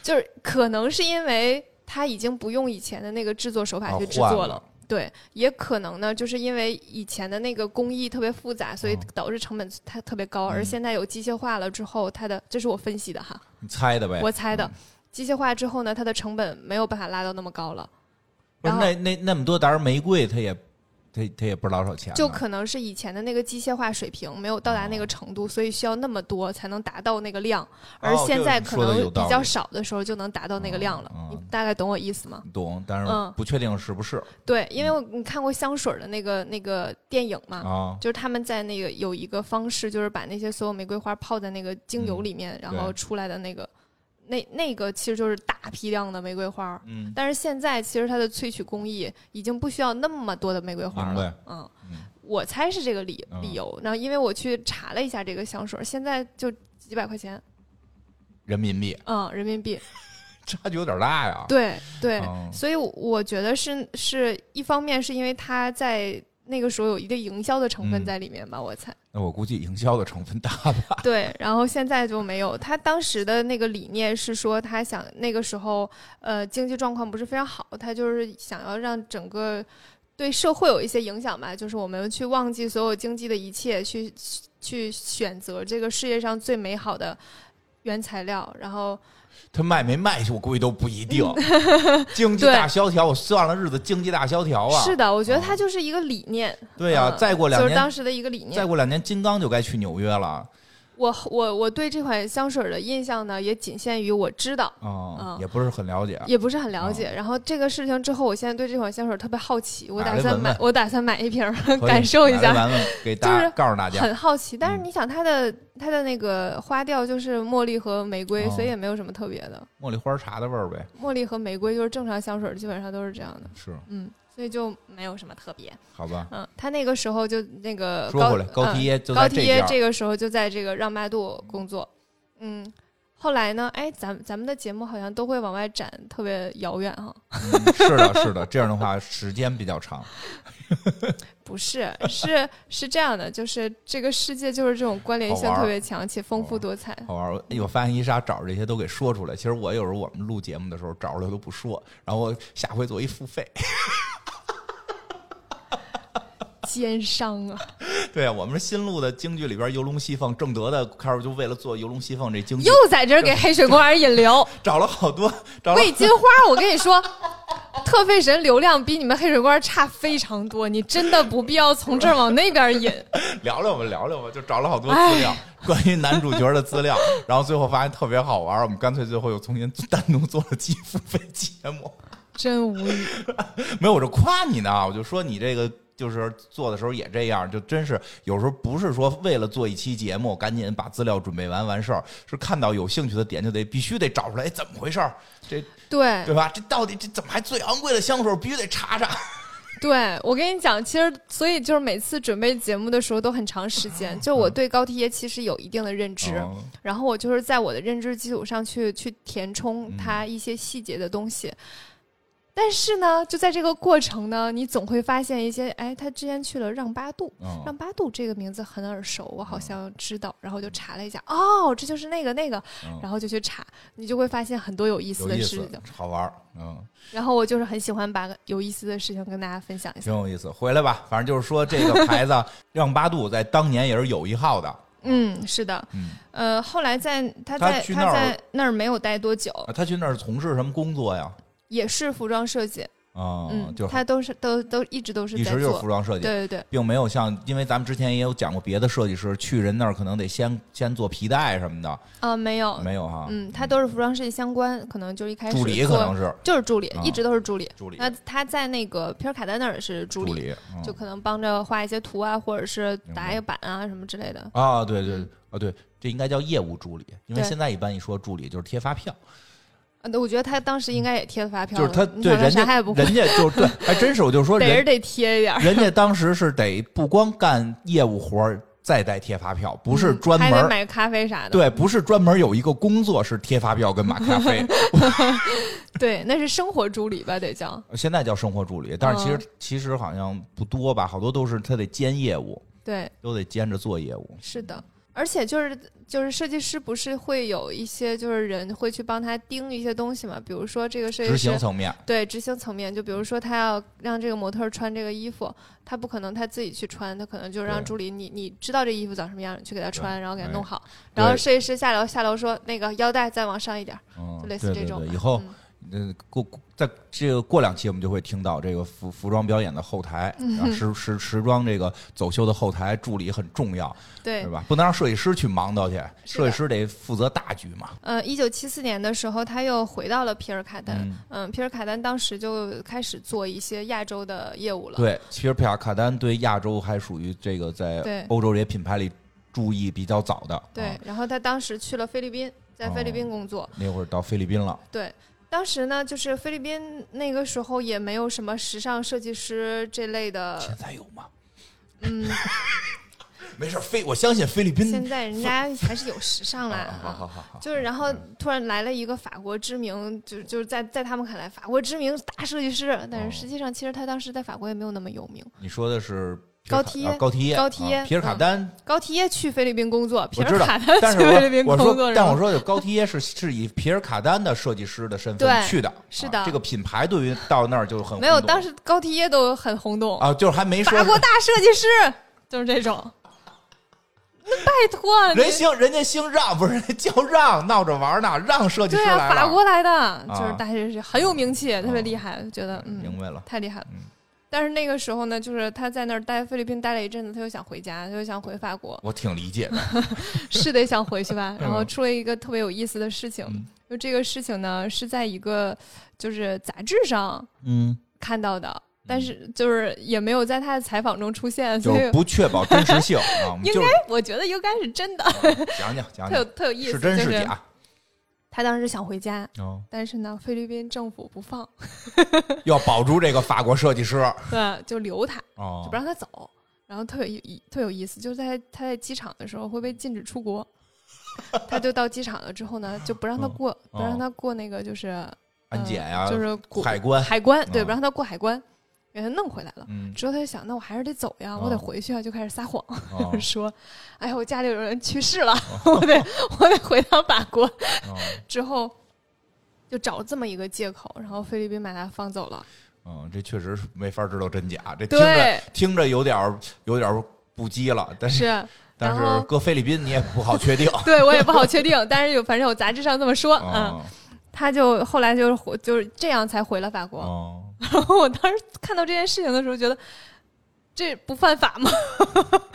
S1: 就是可能是因为它已经不用以前的那个制作手法
S2: 啊
S1: 去制作
S2: 换
S1: 了。对，也可能呢，就是因为以前的那个工艺特别复杂，所以
S2: 哦
S1: 导致成本它特别高，
S2: 嗯
S1: 而现在有机械化了之后，它的这是我分析的哈，
S2: 你猜的呗，
S1: 我猜的，机械化之后呢，它的成本没有办法拉到那么高了，
S2: 不是
S1: 然后
S2: 那那那么多沓玫瑰，它也它它也不知道多少钱呢，
S1: 就可能是以前的那个机械化水平没有到达那
S2: 哦
S1: 个程度，所以需要那么多才能达到那个量，而现在可
S2: 说得
S1: 能
S2: 有道理
S1: 比较少的时候就能达到那个量了，
S2: 嗯
S1: 你
S2: 嗯
S1: 大概懂我意思吗？
S2: 懂，但是
S1: 嗯
S2: 不确定是不是
S1: 对，因为
S2: 嗯
S1: 我你看过香水的那个那个电影嘛，
S2: 啊。
S1: 就是他们在那个有一个方式，就是把那些所有玫瑰花泡在那个精油里面，然后
S2: 嗯对
S1: 出来的那个，那那个其实就是大批量的玫瑰花。
S2: 嗯，
S1: 但是现在其实它的萃取工艺已经不需要那么多的玫瑰花
S2: 明白
S1: 了。嗯，
S2: 嗯
S1: 我猜是这个理
S2: 嗯
S1: 理由。然后因为我去查了一下这个香水，现在就几百块钱，
S2: 人民币
S1: 嗯，人民币。
S2: 差距有点大呀。
S1: 对对，
S2: 啊哦
S1: 所以我觉得是是一方面是因为它在那个时候有一个营销的成
S2: 嗯
S1: 分在里面吧，我猜。
S2: 那我估计营销的成分大 吧。
S1: 对，然后现在就没有。他当时的那个理念是说，他想那个时候，呃，经济状况不是非常好，他就是想要让整个对社会有一些影响吧，就是我们去忘记所有经济的一切，去去选择这个世界上最美好的原材料，然后
S2: 他卖没卖，我估计都不一 定。经济
S1: 对
S2: 大萧条，我算了日子，经济大萧条啊。
S1: 是的，我觉得
S2: 啊
S1: 它就是一个理念，
S2: 对呀、
S1: 嗯
S2: 再过两
S1: 就是
S2: 年，
S1: 当时的一个理
S2: 再
S1: 念。
S2: 过两年，金刚就该去纽约了。
S1: 我我我对这款香水的印象呢，也仅限于我知道。
S2: 啊，
S1: 嗯
S2: 也不是很了解。啊
S1: 也不是很了解。然后这个事情之后，我现在对这款香水特别好奇，我打
S2: 买来
S1: 算
S2: 闻
S1: 买，
S2: 闻
S1: 我打算买一瓶儿
S2: 可以
S1: 感受一
S2: 买来
S1: 下，
S2: 玩玩给 大
S1: 就
S2: 家
S1: 是
S2: 告诉大家，
S1: 很好奇。但是
S2: 嗯
S1: 你想，它的它的那个花调就是茉莉和玫瑰，
S2: 哦
S1: 所以也没有什么特别的。
S2: 茉莉花茶的味儿呗。
S1: 茉莉和玫瑰就是正常香水，基本上都是这样的，
S2: 是，
S1: 嗯，所以就没有什么特别。
S2: 好吧。
S1: 嗯，他那个时候就那个
S2: 说
S1: 高
S2: 回来，高缇
S1: 嗯
S2: 耶就
S1: 高
S2: 在
S1: 缇
S2: 这
S1: 耶
S2: 边。
S1: 这个时候就在这个让巴度工作，嗯。后来呢？哎，咱咱们的节目好像都会往外展，特别遥远哈。
S2: 嗯是的，是的，这样的话时间比较长。
S1: 不是，是是这样的，就是这个世界就是这种关联性
S2: 好玩儿
S1: 特别强且丰富多彩。
S2: 好玩儿。我哎我发现伊莎找着这些都给说出来。其实我有时候我们录节目的时候找着了都不说，然后我下回做一付费。
S1: 奸商啊，
S2: 对我们新录的京剧里边《游龙戏凤》，正德的开始就为了做《游龙戏凤》这京剧
S1: 又，在这儿给黑水公园引 流。
S2: 找了好多，找了
S1: 魏金花，我跟你说，特费神流量比你们黑水公园差非常多，你真的不必要从这儿往那边 引。
S2: 聊聊吧，聊聊吧，就找了好多资料，关于男主角的资料，然后最后发现特别好玩儿，我们干脆最后又重新单独做了期付费节目。
S1: 真无语，
S2: 没有，我就夸你呢，我就说你这个就是做的时候也这样，就真是有时候不是说为了做一期节目赶紧把资料准备完完事儿，是看到有兴趣的点就得必须得找出来，哎，怎么回事儿？这
S1: 对
S2: 对吧？这到底这怎么还最昂贵的香水必须得查查？
S1: 对，我跟你讲，其实所以就是每次准备节目的时候都很长时间，就我对高缇耶其实有一定的认知，
S2: 嗯哦
S1: 然后我
S2: 嗯
S1: 就是在我的认知基础上去去填充它一些细节的东西。但是呢，就在这个过程呢，你总会发现一些，哎，他之前去了让巴杜，让
S2: 嗯，
S1: 巴杜这个名字很耳熟，我
S2: 哦
S1: 好像知道，然后就查了一下，哦，这就是那个那个，然
S2: 后
S1: 后就去查，你就会发现很多有意思
S2: 哦有
S1: 的
S2: 意
S1: 事
S2: 思
S1: 情。，
S2: 好玩儿，嗯。
S1: 然后我就是很喜欢把有意思的事情跟大家分享一下
S2: 挺。有意思，回来吧，反正就是说这个牌子让八度在当年也是有一号的，
S1: 嗯，是的，
S2: 嗯，
S1: 呃，后来在他
S2: 他
S1: 在
S2: 去
S1: 他
S2: 那儿
S1: 在那儿没有待多久，
S2: 啊他去那儿从事什么工作呀？
S1: 也是服装设计，
S2: 啊、
S1: 嗯，
S2: 就是
S1: 他都是都都一直都是
S2: 一
S1: 在
S2: 直就是
S1: 做
S2: 服，装设计，
S1: 对对对，
S2: 并没有像，因为咱们之前也有讲过别的设计师去人那儿可能得先先做皮带什么的，
S1: 啊，没有，
S2: 没有哈，
S1: 嗯，他都是服装设计相关，可能就一开始
S2: 助理可
S1: 做
S2: 能是
S1: 就是助理
S2: 啊，
S1: 一直都是助理。
S2: 助理
S1: 那他在那个皮尔卡丹那儿是助
S2: 助
S1: 理，
S2: 理，嗯
S1: 就可能帮着画一些图啊，或者是
S2: 明白
S1: 打一个版啊什么之类的。
S2: 啊，对对
S1: 嗯
S2: 啊对，这应该叫业务助理，因为
S1: 对
S2: 现在一般一说助理就是贴发票，
S1: 啊，那我觉得他当时应该也贴了发票
S2: 嗯就是
S1: 了，
S2: 他
S1: 你
S2: 对
S1: 想他
S2: 人家
S1: 啥也不会，
S2: 人家就是对，还真是我就说
S1: 得
S2: 人
S1: 是得贴一点儿，
S2: 人家当时是得不光干业务活儿，再带贴发票，不是
S1: 嗯
S2: 专门
S1: 还得
S2: 儿、
S1: 买咖啡啥的。
S2: 对，不是专门有一个工作是贴发票跟买咖啡，
S1: 对，那是生活助理吧，得叫。
S2: 现在叫生活助理，但是其实、
S1: 嗯
S2: 其实好像不多吧，好多都是他得兼业务，
S1: 对，
S2: 都得兼着做业务。
S1: 是的。而且就是就是设计师不是会有一些就是人会去帮他盯一些东西嘛，比如说这个设计
S2: 执
S1: 师
S2: 行层面，
S1: 对执行层面，就比如说他要让这个模特儿穿这个衣服，他不可能他自己去穿，他可能就让
S2: 对
S1: 助理你你知道这衣服长什么样，你去给他穿，然后给他
S2: 哎
S1: 弄好。
S2: 对
S1: 然后设计师下楼下楼说那个腰带再往上一点儿，
S2: 嗯，
S1: 就
S2: 对
S1: 类似
S2: 对
S1: 这种
S2: 对，
S1: 吧。
S2: 以后
S1: 嗯
S2: 呃过在这个过两期我们就会听到这个服服装表演的后台，
S1: 嗯
S2: 啊时时时装这个走秀的后台助理很重要，
S1: 对
S2: 对，吧？不能让设计师去忙叨去，
S1: 是
S2: 设
S1: 的
S2: 计师得负责大局嘛。
S1: 呃，一九七四年的时候，他又回到了皮尔卡丹。
S2: 嗯
S1: 嗯皮尔卡丹当时就开始做一些亚洲的业务了。
S2: 对，其实皮尔卡丹对亚洲还属于这个
S1: 对
S2: 在欧洲这些品牌里注意比较早的。
S1: 对
S2: 啊
S1: 然后他当时去了菲律宾，在菲律
S2: 哦
S1: 宾工作。
S2: 那会儿到菲律宾了，
S1: 对，当时呢，就是菲律宾那个时候也没有什么时尚设计师这类的，
S2: 现在有吗？
S1: 呃嗯，
S2: 没事，菲我相信菲律
S1: 现
S2: 宾。
S1: 在人家还是有时尚啦。
S2: 啊好好嗯
S1: 啊
S2: 好好，
S1: 就是，然后突然来了一个法国知名，就就是在在他们看来，法国知名大设计师，但
S2: 哦
S1: 是实际上，其实他当时在法国也没有那么有名。
S2: 你说的是皮
S1: 高
S2: 尔卡
S1: 梯
S2: 啊高梯耶
S1: 高梯耶
S2: 啊皮尔卡
S1: 嗯
S2: 丹，
S1: 高缇耶去菲律宾工作，皮
S2: 我
S1: 尔
S2: 知道
S1: 卡丹
S2: 但
S1: 去
S2: 是
S1: 菲律宾
S2: 我
S1: 工
S2: 我
S1: 作
S2: 说，
S1: 是
S2: 但
S1: 吧
S2: 我说有高梯耶是是以皮尔卡丹的设计师的身份
S1: 对
S2: 去的，
S1: 是
S2: 啊
S1: 的
S2: 这个品牌对于到那儿就很
S1: 没有，
S2: 轰动
S1: 当时高缇耶都很轰动，
S2: 啊，就是还没说
S1: 法国大设计师 就是这种。那拜托，你
S2: 人姓人家姓让， 不是人家叫让，闹着玩儿呢，让设计师
S1: 对
S2: 来
S1: 啊，
S2: 了，啊
S1: 法国来的，就是大设计师很有名气，特别厉害，觉得
S2: 明
S1: 嗯
S2: 白了。
S1: 太厉害了
S2: 嗯。
S1: 但是那个时候呢，就是他在那儿待菲律宾待了一阵子，他又想回家，他又想回法 国，
S2: 我挺理解的，
S1: 是得想回去吧。
S2: 嗯
S1: 然后出了一个特别有意思的事情
S2: 嗯，
S1: 就这个事情呢是在一个就是杂志上，
S2: 嗯，
S1: 看到的，但是就是也没有在他的采访中出现，
S2: 就
S1: 所以
S2: 是不确保真实性啊。我们
S1: 应
S2: 就是
S1: 我觉得应该是真的，
S2: 讲讲讲
S1: 特有
S2: 讲，
S1: 特有意思。
S2: 啊是真
S1: 就是
S2: 假？
S1: 他当时想回家，
S2: 哦，
S1: 但是呢，菲律宾政府不 放，
S2: 要保住这个法国设计师
S1: 对，呃就留他，就
S2: 哦
S1: 不，让他走。然后特别有意特有意思，就是在他在机场的时候会被禁止出 国，他就到机场了之后呢，就不让
S2: 嗯
S1: 他过，不让他过那个就是
S2: 安检呀，
S1: 就是过
S2: 哦啊海关，
S1: 海关，对，
S2: 嗯
S1: 不让他过海关，给他弄回来了。
S2: 嗯，
S1: 之后他就想，那我还是得走呀，我
S2: 哦
S1: 得回去啊，就开始撒谎。
S2: 哦
S1: 就 说：“哎呀，我家里有人去世了，我得我得回趟法国。
S2: 哦”
S1: 之后就找这么一个借口，然后菲律宾把他放走了。
S2: 哦，这确实没法知道真假，这听着
S1: 对，
S2: 听着有点儿有点儿不羁了，但是
S1: 是，
S2: 但
S1: 然
S2: 是
S1: 后
S2: 搁菲律宾你也不好确 定
S1: 对我也不好确定，但是有反正有杂志上这么说，嗯，
S2: 哦
S1: 他就后来就是回就是这样才回了法国。
S2: 哦，
S1: 然后 我当时看到这件事情的时候，觉得这不犯法吗？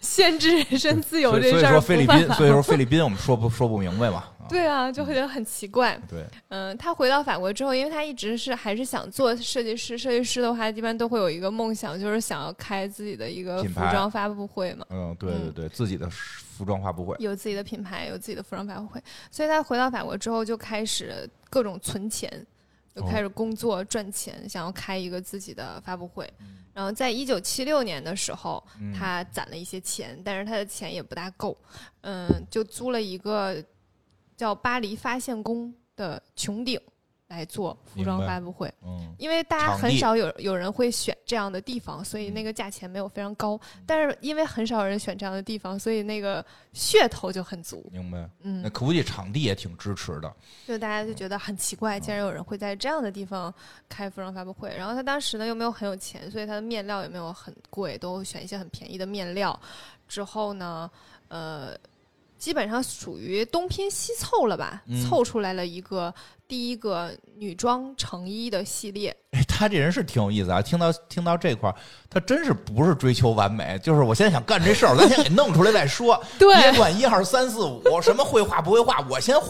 S1: 限制人身自由
S2: 所以
S1: 这
S2: 所以
S1: 事儿
S2: 说菲
S1: 不
S2: 律
S1: 犯
S2: 宾，
S1: 法
S2: 所以说菲律宾我们说不说不明白嘛？啊
S1: 对啊，就会觉得很奇怪。
S2: 对，
S1: 嗯，他回到法国之后，因为他一直是还是想做设计师，设计师的话一般都会有一个梦想，就是想要开自己的一个
S2: 品
S1: 服
S2: 牌
S1: 装发布会嘛，
S2: 嗯，对对
S1: 嗯
S2: 对，自己的服装发布会，
S1: 有自己的品牌，有自己的服装发布会。所以他回到法国之后，就开始各种存钱，就
S2: 哦
S1: 开始工作赚钱，想要开一个自己的发布会。然后在一九七六年的时候，
S2: 嗯
S1: 他攒了一些钱，但是他的钱也不大够，嗯，就租了一个叫巴黎发现宫的穹顶。来做服
S2: 明
S1: 装
S2: 白
S1: 发布会，
S2: 嗯，
S1: 因为大家
S2: 场
S1: 很
S2: 地嗯
S1: 少有有人会选这样的地方，所以那个价钱没有非常高。但是因为很少有人选这样的地方，所以那个噱头就很足。
S2: 明白。那
S1: 嗯，
S2: 估计场地也挺支持的，
S1: 就大家就觉得很奇怪，
S2: 嗯
S1: 竟然有人会在这样的地方开服装发布会。然后他当时呢又没有很有钱，所以他的面料也没有很贵，都选一些很便宜的面料。之后呢，呃，基本上属于东拼西凑了吧，
S2: 嗯
S1: 凑出来了一个第一个女装成衣的系列。
S2: 哎他这人是挺有意思啊！听到听到这块儿，他真是不是追求完美，就是我现在想干这事儿，咱先给弄出来再说。
S1: 对
S2: 别管一二三四五，什么会画不会画，我先画，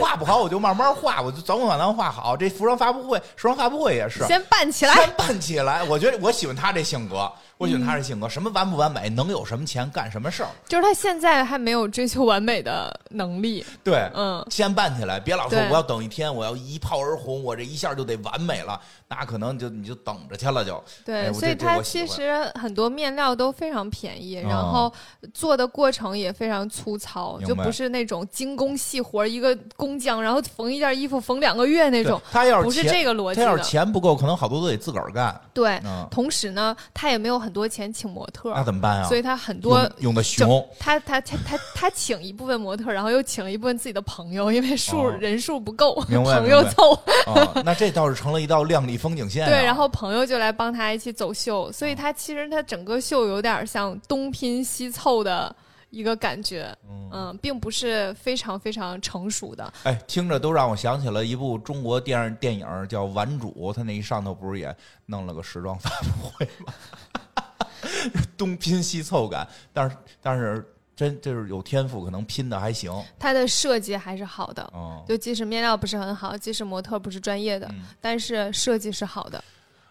S2: 画不好我就慢慢画，我就早晚把它画好。这服装发布会，时装发布会也是啊
S1: 先办起来，
S2: 先办起来。我觉得我喜欢他这性格，我喜欢他这性格，什么完不完美，能有什么钱干什么事儿，
S1: 就是他现在还没有追求完美的能 力，
S2: 对，
S1: 嗯，
S2: 先办起来，别老说
S1: 对
S2: 我要等一天，我要一炮而红，我这一下就得完美了，那可能就你就等着去了就。哎
S1: 对，
S2: 我
S1: 所以
S2: 这这
S1: 它
S2: 我喜
S1: 其
S2: 欢
S1: 实很多面料都非常便宜，然
S2: 哦
S1: 后做的过程也非常粗糙，
S2: 明
S1: 就
S2: 白
S1: 不是那种精工细活，一个工匠然后缝一件衣服缝两个月那种
S2: 对，他要
S1: 不是
S2: 钱
S1: 这个逻辑
S2: 他要
S1: 的
S2: 是。钱不够，可能好多都得自个儿干。
S1: 对，
S2: 嗯，啊
S1: 同时呢，他也没有很多钱请模特
S2: 那
S1: 儿，
S2: 怎么办呀？
S1: 所以他很多
S2: 用用的熊，
S1: 他他他他他请一部分模特儿，然后又请了一部分自己的朋友，因为数、
S2: 哦
S1: 人数不够，
S2: 明白
S1: 朋友
S2: 明白
S1: 凑
S2: 啊，那这倒是成了一道亮丽风景线呀。啊
S1: 对，然后朋友就来帮他一起走秀，所
S2: 嗯
S1: 以他其实他整个秀有点像东拼西凑的一个感觉，
S2: 嗯
S1: 嗯，并不是非常非常成熟的。
S2: 哎，听着都让我想起了一部中国电视电影儿叫《顽主》，他那一上头不是也弄了个时装发布会吗？ 东拼西凑感，但是但是真就是有天赋，可能拼的还行。
S1: 他的设计还是好的，
S2: 哦，
S1: 就即使面料不是很好，即使模特不是专业的，
S2: 嗯
S1: 但是设计是好的。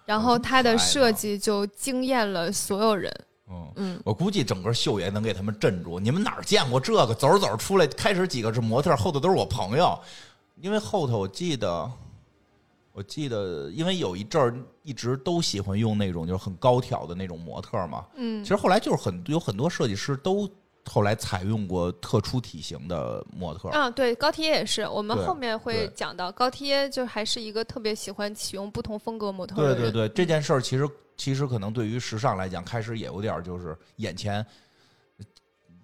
S1: 然
S2: 哦
S1: 后
S2: 这么
S1: 他
S2: 可爱
S1: 的
S2: 呢
S1: 设计就惊艳了所有人，
S2: 嗯，
S1: 嗯，
S2: 我估计整个秀也能给他们镇住。你们哪儿见过这个？走着走着出来，开始几个是模特，后头都是我朋友，因为后头我记得。我记得，因为有一阵儿一直都喜欢用那种就是很高挑的那种模特嘛，
S1: 嗯
S2: 其实后来就是很有很多设计师都后来采用过特殊体型的模特儿，
S1: 啊，对，高缇耶也是，我们
S2: 对
S1: 后面会
S2: 对
S1: 讲到高缇耶，就还是一个特别喜欢启用不同风格模特的
S2: 对
S1: 人，
S2: 对对，这件事儿其实其实可能对于时尚来讲，开始也有点儿就是眼前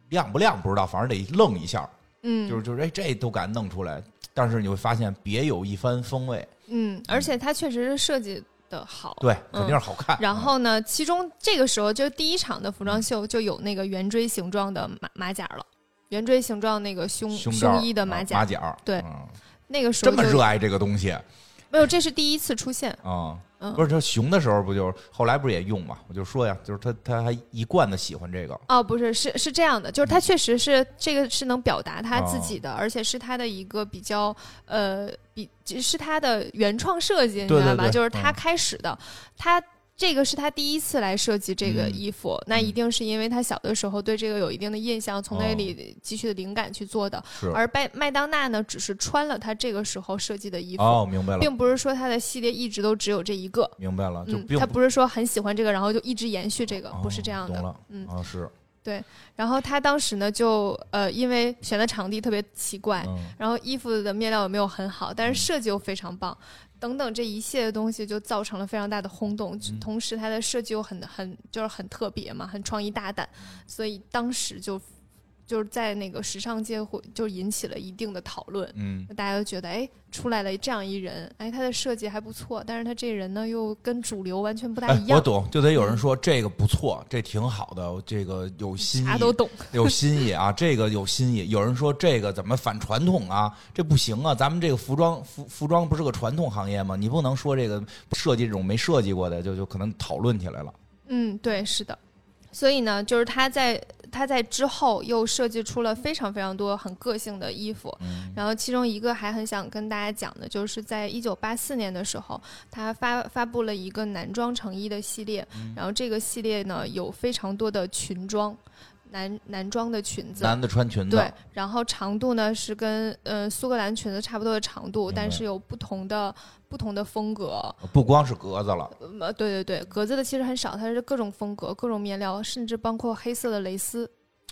S2: 亮不亮不知道，反正得愣一下儿，
S1: 嗯，
S2: 就是就是哎这都敢弄出来，但是你会发现别有一番风味，
S1: 嗯，而且它确实是设计的好。
S2: 对，肯定是好看。
S1: 哦嗯
S2: 嗯
S1: 然后呢，其中这个时候就是第一场的服装秀就有那个圆锥形状的马马甲了，圆锥形状那个胸
S2: 嗯胸罩儿
S1: 衣的
S2: 啊
S1: 马
S2: 马
S1: 甲，
S2: 甲儿
S1: 对
S2: 嗯
S1: 那个时
S2: 这
S1: 候
S2: 么
S1: 就
S2: 热爱这个东西啊。
S1: 没有，这是第一次出现。嗯
S2: 不是，他熊的时候不就是后来不是也用嘛？我就说呀，就是他他还一贯的喜欢这个，
S1: 哦，不是，是是这样的，就是
S2: 嗯
S1: 他确实是这个是能表达他自
S2: 哦
S1: 己的，而且是他的一个比较呃，比是他的原创设计，你知
S2: 对对
S1: 道吧？
S2: 对
S1: 就是他
S2: 嗯
S1: 开始的，他这个是他第一次来设计这个
S2: 嗯
S1: 衣服，那一
S2: 嗯
S1: 定是因为他小的时候对这个有一定的印象，从那里汲取的灵感去做的。
S2: 哦是
S1: 而麦麦当娜呢，只是穿了他这个时候设计的衣服，
S2: 哦，明白了，
S1: 并不是说他的系列一直都只有这一个。
S2: 明白了，就
S1: 嗯
S2: 并，
S1: 他不是说很喜欢这个，然后就一直延续这个，不是这样的
S2: 懂。了，
S1: 嗯
S2: 啊是，
S1: 然后他当时呢，就呃，因为选的场地特别奇怪，
S2: 嗯，
S1: 然后衣服的面料也没有很好，但是设计又非常棒，等等这一系列的东西就造成了非常大的轰动。
S2: 嗯
S1: 同时，它的设计又很很就是很特别嘛，很创意大胆，所以当时就就是在那个时尚界会就引起了一定的讨论。
S2: 嗯，
S1: 大家都觉得，哎，出来了这样一人，哎，他的设计还不错，但是他这人呢，又跟主流完全不大
S2: 哎
S1: 一，
S2: 我
S1: 样，嗯
S2: 懂，就得有人说这个不错，这挺好的，这个有新
S1: 啥
S2: 意，
S1: 都懂。
S2: 有新意啊，这个有新意。有人说这个怎么反传统啊？这不行啊，咱们这个服装服服装不是个传统行业吗？你不能说这个设计这种没设计过的，就就可能讨论起来了。
S1: 嗯，对，是的。所以呢，就是他在他在之后又设计出了非常非常多很个性的衣服，
S2: 嗯
S1: 然后其中一个还很想跟大家讲的，就是在一九八四年的时候，他发发布了一个男装成衣的系列，
S2: 嗯
S1: 然后这个系列呢有非常多的裙装，男男装的裙子，
S2: 男的穿裙子，
S1: 对，然后长度呢是跟呃苏格兰裙子差不多的长度，
S2: 明
S1: 但
S2: 白
S1: 是有不同的不同的风格，
S2: 不光是格子了，
S1: 呃，对对对，格子的其实很少，它是各种风格、各种面料，甚至包括黑色的蕾丝。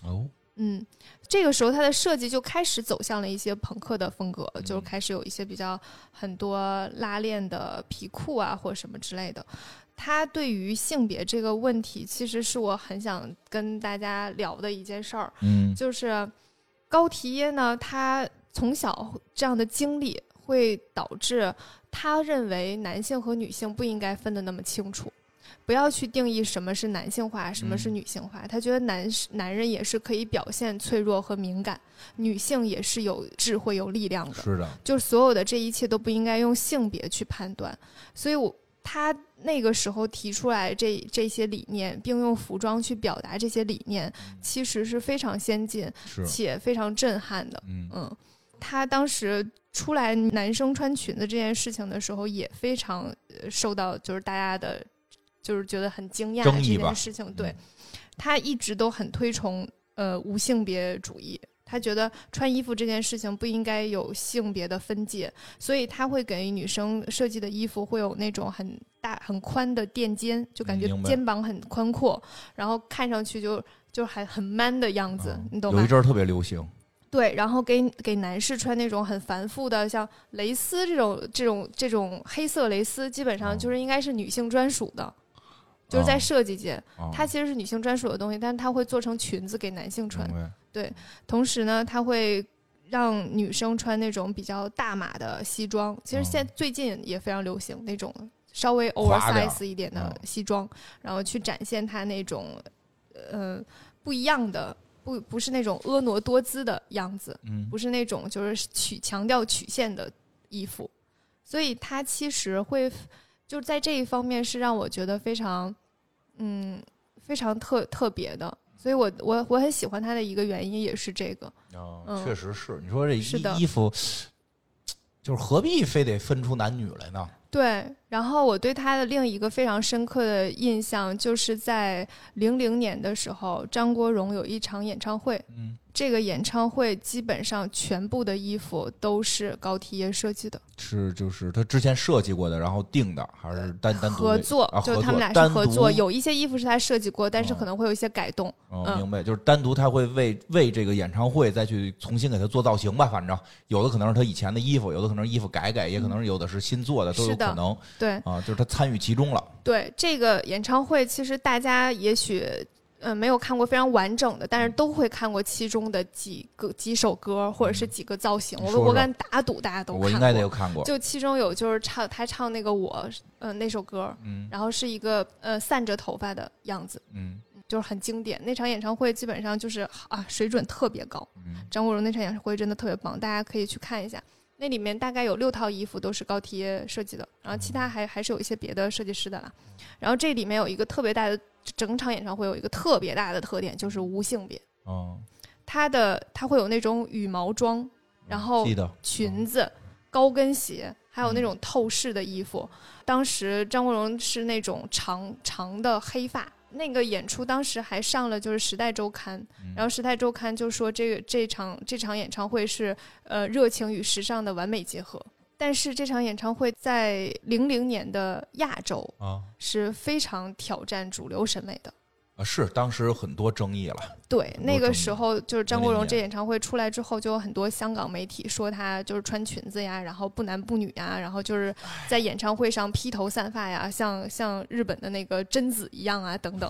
S2: 哦，
S1: 嗯，这个时候它的设计就开始走向了一些朋克的风格，就是开始有一些比较很多拉链的皮裤啊，或者什么之类的。它对于性别这个问题，其实是我很想跟大家聊的一件事儿，
S2: 嗯
S1: 就是高缇耶呢，他从小这样的经历会导致他认为男性和女性不应该分得那么清楚，不要去定义什么是男性化，什么是女性化。他觉得男是男人也是可以表现脆弱和敏感，女性也是有智慧、有力量的。
S2: 是的，
S1: 就是所有的这一切都不应该用性别去判断。所以我，他那个时候提出来这这些理念，并用服装去表达这些理念，其实是非常先进
S2: 是，
S1: 且非常震撼的。
S2: 嗯
S1: 嗯，他当时出来男生穿裙子这件事情的时候，也非常呃受到就是大家的，就是觉得很惊讶
S2: 争
S1: 这
S2: 议吧嗯
S1: 件事情。对，他一直都很推崇呃无性别主义。他觉得穿衣服这件事情不应该有性别的分界，所以他会给女生设计的衣服会有那种很大很宽的垫肩，就感觉
S2: 嗯明白
S1: 肩膀很宽阔，然后看上去就就还很 man 的样子，
S2: 嗯
S1: 你懂吗？
S2: 有一阵儿特别流行，
S1: 对，然后给给男士穿那种很繁复的，像蕾丝这种这种这种黑色蕾丝，基本
S2: 哦
S1: 上就是应该是女性专属的，就是在设计界，
S2: 啊
S1: 它其实是女性专属的东西，但是它会做成裙子给男性穿。
S2: 明白
S1: 同时呢，它会让女生穿那种比较大码的西装，其实现
S2: 嗯
S1: 最近也非常流行那种稍微
S2: 垮点儿
S1: oversize 一点的
S2: 嗯
S1: 西装，然后去展现它那种呃不一样的，不不是那种婀娜多姿的样子。
S2: 嗯
S1: 不是那种就是曲强调曲线的衣服，所以它其实会就在这一方面是让我觉得非常嗯非常特特别的，所以我我我很喜欢它的一个原因也是这个，
S2: 啊，
S1: 嗯
S2: 确实是。你说这
S1: 是的
S2: 衣衣服，就是何必非得分出男女来呢？
S1: 对，然后我对他的另一个非常深刻的印象，就是在零零年的时候，张国荣有一场演唱会。
S2: 嗯，
S1: 这个演唱会基本上全部的衣服都是高缇耶设计的，
S2: 是就是他之前设计过的，然后定的，还是单单独
S1: 合
S2: 的
S1: 作，
S2: 啊
S1: 就
S2: 合
S1: 是他们
S2: 作
S1: 俩是
S2: 单
S1: 合作，
S2: 独
S1: 有一些衣服是他设计过，但是
S2: 哦
S1: 可能会有一些改动。
S2: 哦，
S1: 嗯
S2: 明白，就是单独他会为为这个演唱会再去重新给他做造型吧，反正有的可能是他以前的衣服，有的可能是衣服改改，也可能是有的是新做的，都
S1: 嗯
S2: 有
S1: 是的
S2: 可能
S1: 对
S2: 啊，就是他参与其中了。
S1: 对，这个演唱会其实大家也许嗯、呃没有看过非常完整的，但是都会看过其中的几个几首歌或者是几个造型。
S2: 嗯你
S1: 我
S2: 说
S1: 我
S2: 说
S1: 敢打赌大家都看过。
S2: 我应该得有看过，
S1: 就其中有就是唱他唱那个我嗯、呃那首歌，
S2: 嗯
S1: 然后是一个呃散着头发的样子，
S2: 嗯
S1: 就是很经典。那场演唱会基本上就是啊水准特别高。
S2: 嗯，
S1: 张国荣那场演唱会真的特别棒，大家可以去看一下。那里面大概有六套衣服都是高缇耶设计的，然后其他还还是有一些别的设计师的啦。然后这里面有一个特别大的，整场演唱会有一个特别大的特点就是无性别，
S2: 哦，
S1: 它的它会有那种羽毛装，然后
S2: 记得
S1: 裙子、高跟鞋，还有那种透视的衣服。当时张国荣是那种长长的黑发。那个演出当时还上了就是《时代周刊》，然后《时代周刊》就说这个这场这场演唱会是呃热情与时尚的完美结合。但是这场演唱会在零零年的亚洲
S2: 啊
S1: 是非常挑战主流审美的。
S2: 啊，是当时有很多争议了，
S1: 对，
S2: 很多
S1: 那
S2: 争
S1: 个
S2: 议
S1: 时候就是张国荣
S2: 年
S1: 这演唱会出来之后，就有很多香港媒体说他就是穿裙子呀，然后不男不女呀，然后就是在演唱会上披头散发呀，像像日本的那个贞子一样啊， 等等，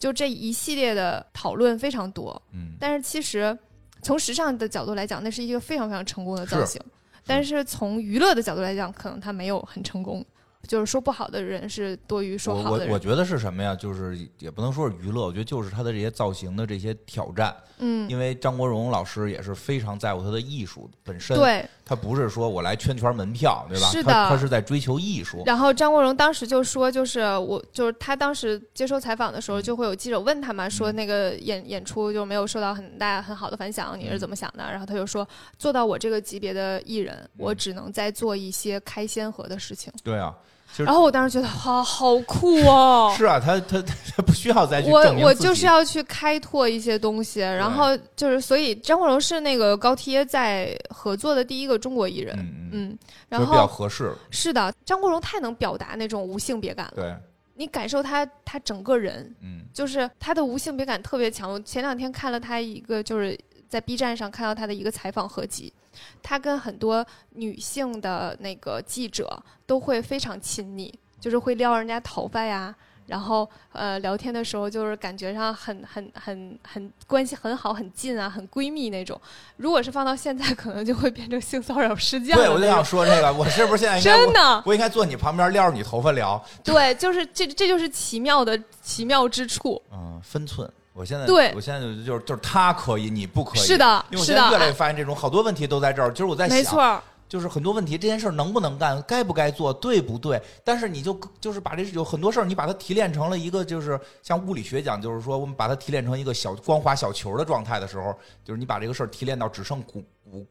S1: 就这一系列的讨论非常多。
S2: 嗯，
S1: 但是其实从时尚的角度来讲，那是一个非常非常成功的造型，但是从娱乐的角度来讲，可能它没有很成功。就是说不好的人是多于说
S2: 我
S1: 好
S2: 我
S1: 的
S2: 我
S1: 人，
S2: 觉得是什么呀？就是也不能说是娱乐，我觉得就是他的这些造型的这些挑战，
S1: 嗯，
S2: 因为张国荣老师也是非常在乎他的艺术本身，
S1: 对。
S2: 他不是说我来圈圈门票，对吧？
S1: 是
S2: 他
S1: 的
S2: 他是在追求艺术，
S1: 然后张国荣当时就说，就是我就是他当时接受采访的时
S2: 嗯
S1: 候，就会有记者问他嘛，说那个演演出就没有受到很大很好的反响，
S2: 嗯
S1: 你是怎么想的？然后他就说，做到我这个级别的艺人，
S2: 嗯
S1: 我只能再做一些开先河的事情。
S2: 对啊，就是
S1: 然后我当时觉得，好好酷哦！
S2: 是啊，他他他他不需要再去
S1: 我
S2: 证明
S1: 我
S2: 自
S1: 就
S2: 己
S1: 是要去开拓一些东西，然后就是，所以张国荣是那个高缇耶在合作的第一个中国艺人，
S2: 嗯嗯，
S1: 嗯，
S2: 就
S1: 然
S2: 比
S1: 后
S2: 较合适，
S1: 是的，张国荣太能表达那种无性别感了，
S2: 对，
S1: 你感受他他整个人，
S2: 嗯
S1: 就是他的无性别感特别强。我前两天看了他一个，就是在 B 站上看到他的一个采访合集，他跟很多女性的那个记者都会非常亲密，就是会撩人家头发呀，然后呃聊天的时候就是感觉上很很很很关系很好、很近啊、很闺蜜那种。如果是放到现在， 可能就会变成性骚扰事件了
S2: 对，
S1: 那种。
S2: 我就想说这个，我是不是现在应该
S1: 真的，
S2: 我应该坐你旁边撩着你头发聊？
S1: 对，就是这这就是奇妙的奇妙之处。
S2: 嗯，分寸。我现在
S1: 对
S2: 我现在就就是就是他可以，你不可以。
S1: 是，的，
S2: 因为我
S1: 是
S2: 现在越
S1: 的
S2: 来越，发现这种好多问题都在这儿。就是我在
S1: 没
S2: 想，
S1: 错儿，
S2: 就是很多问题，这件事儿能不能干，该不该做，对不对？但是你就就是把这有很多事儿，你把它提炼成了一个，就是像物理学讲，就是说我们把它提炼成一个小光滑小球的状态的时候，就是你把这个事儿提炼到只剩骨骨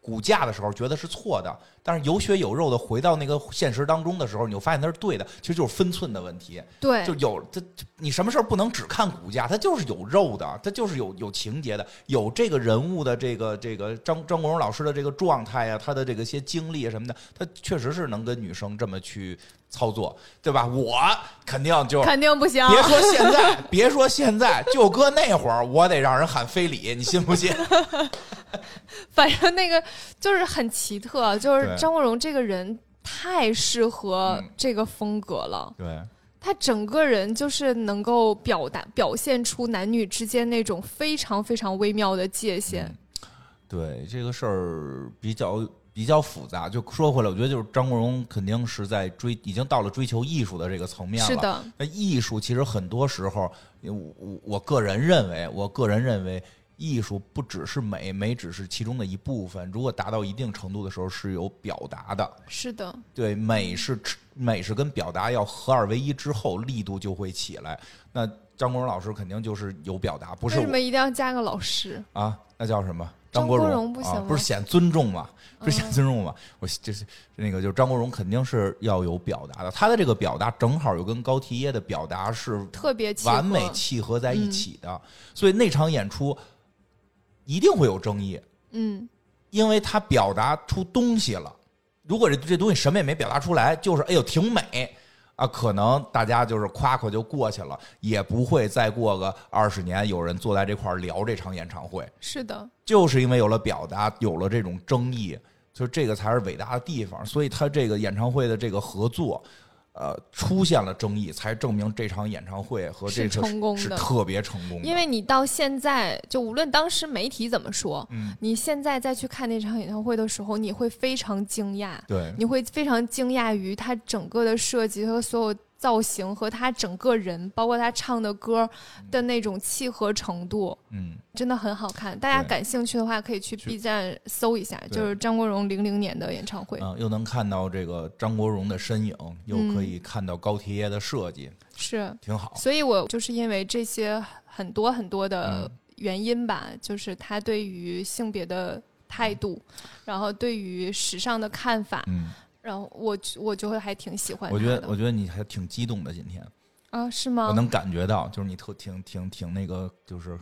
S2: 骨架的时候，觉得是错的；但是有血有肉的回到那个现实当中的时候，你就发现它是对的。其实就是分寸的问题，
S1: 对
S2: 就，有它它你什么事儿不能只看骨架，它就是有肉的，它就是有有情节的，有这个人物的这个这个张张国荣老师的这个状态啊，他的这个些经历啊什么的，他确实是能跟女生这么去操作，对吧？我肯定就。
S1: 肯定不行。
S2: 别说现在，别说现在，就搁那会儿，我得让人喊非礼，你信不信？
S1: 反正那个就是很奇特，就是
S2: 对
S1: 张国荣这个人太适合
S2: 嗯
S1: 这个风格了，
S2: 对，
S1: 他整个人就是能够表达表现出男女之间那种非常非常微妙的界限。
S2: 嗯对这个事儿比较比较复杂。就说回来，我觉得就是张国荣肯定是在追，已经到了追求艺术的这个层面了。
S1: 是的，
S2: 那艺术其实很多时候，我我我个人认为，我个人认为，艺术不只是美，美只是其中的一部分。如果达到一定程度的时候，是有表达的。
S1: 是的，
S2: 对，美是吃美是跟表达要合二为一之后，力度就会起来。那张国荣老师肯定就是有表达，不
S1: 为
S2: 是
S1: 什
S2: 我
S1: 么一定要加个老师？
S2: 啊，那叫什么？
S1: 张
S2: 国
S1: 国
S2: 荣
S1: 荣不行
S2: 啊
S1: 吗，
S2: 不是显尊重嘛？
S1: 嗯
S2: 不是显尊重嘛？我就是那个，就是张国荣肯定是要有表达的，他的这个表达正好又跟高缇耶的表达是
S1: 特别契合嗯
S2: 完美契合在一起的，所以那场演出一定会有争议，
S1: 嗯，
S2: 因为他表达出东西了。如果这这东西什么也没表达出来，就是哎呦挺美啊，可能大家就是夸夸就过去了，也不会再过个二十年有人坐在这块儿聊这场演唱会，
S1: 是的，
S2: 就是因为有了表达，有了这种争议，就这个才是伟大的地方。所以他这个演唱会的这个合作。呃，出现了争议，才证明这场演唱会和这
S1: 是
S2: 个
S1: 成功的
S2: 是特别成功的。
S1: 因为你到现在就无论当时媒体怎么说，
S2: 嗯，
S1: 你现在再去看那场演唱会的时候，你会非常惊讶。
S2: 对，
S1: 你会非常惊讶于他整个的设计和所有造型和他整个人，包括他唱的歌的那种契合程度，
S2: 嗯，
S1: 真的很好看。大家
S2: 对
S1: 感兴趣的话，可以去
S2: 去
S1: B 站搜一下，
S2: 对
S1: 就是张国荣零零年的演唱会。
S2: 嗯、又能看到这个张国荣的身影，又
S1: 嗯
S2: 可以看到高铁的设计，
S1: 是，
S2: 挺好。
S1: 所以我就是因为这些很多很多
S2: 嗯
S1: 的原因吧，就是他对于性别的态度，然后对于时尚的看法，
S2: 嗯，
S1: 然后我我就会还挺喜欢他
S2: 我觉得，我
S1: 的
S2: 觉得你还挺激动的。今天、
S1: 啊，是吗？
S2: 我能感觉到，就是你特挺挺挺那个，就是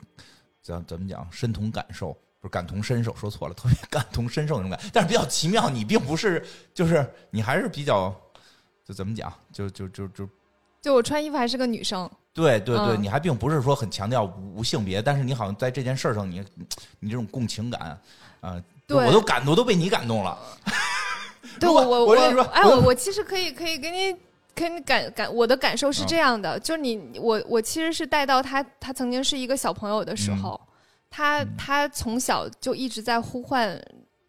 S2: 咱怎么讲，身同感受，不是感同身受，说错了，特别感同身受那种感。但是比较奇妙，你并不是，就是你还是比较，就怎么讲，就就就就
S1: 就我穿衣服还是个女生，
S2: 对对对，
S1: 嗯
S2: 你还并不是说很强调无性别，但是你好像在这件事儿上你，你这种共情感啊、
S1: 对
S2: 我都感动，我都被你感动了。
S1: 对
S2: 如
S1: 我
S2: 果
S1: 我
S2: 我跟你说
S1: 哎，
S2: 我
S1: 我我其实可以可以给你给你感感我的感受
S2: 嗯
S1: 是这样的，就是你我我其实是带到他他曾经是一个小朋友的时候，他
S2: 嗯
S1: 他从小就一直在呼唤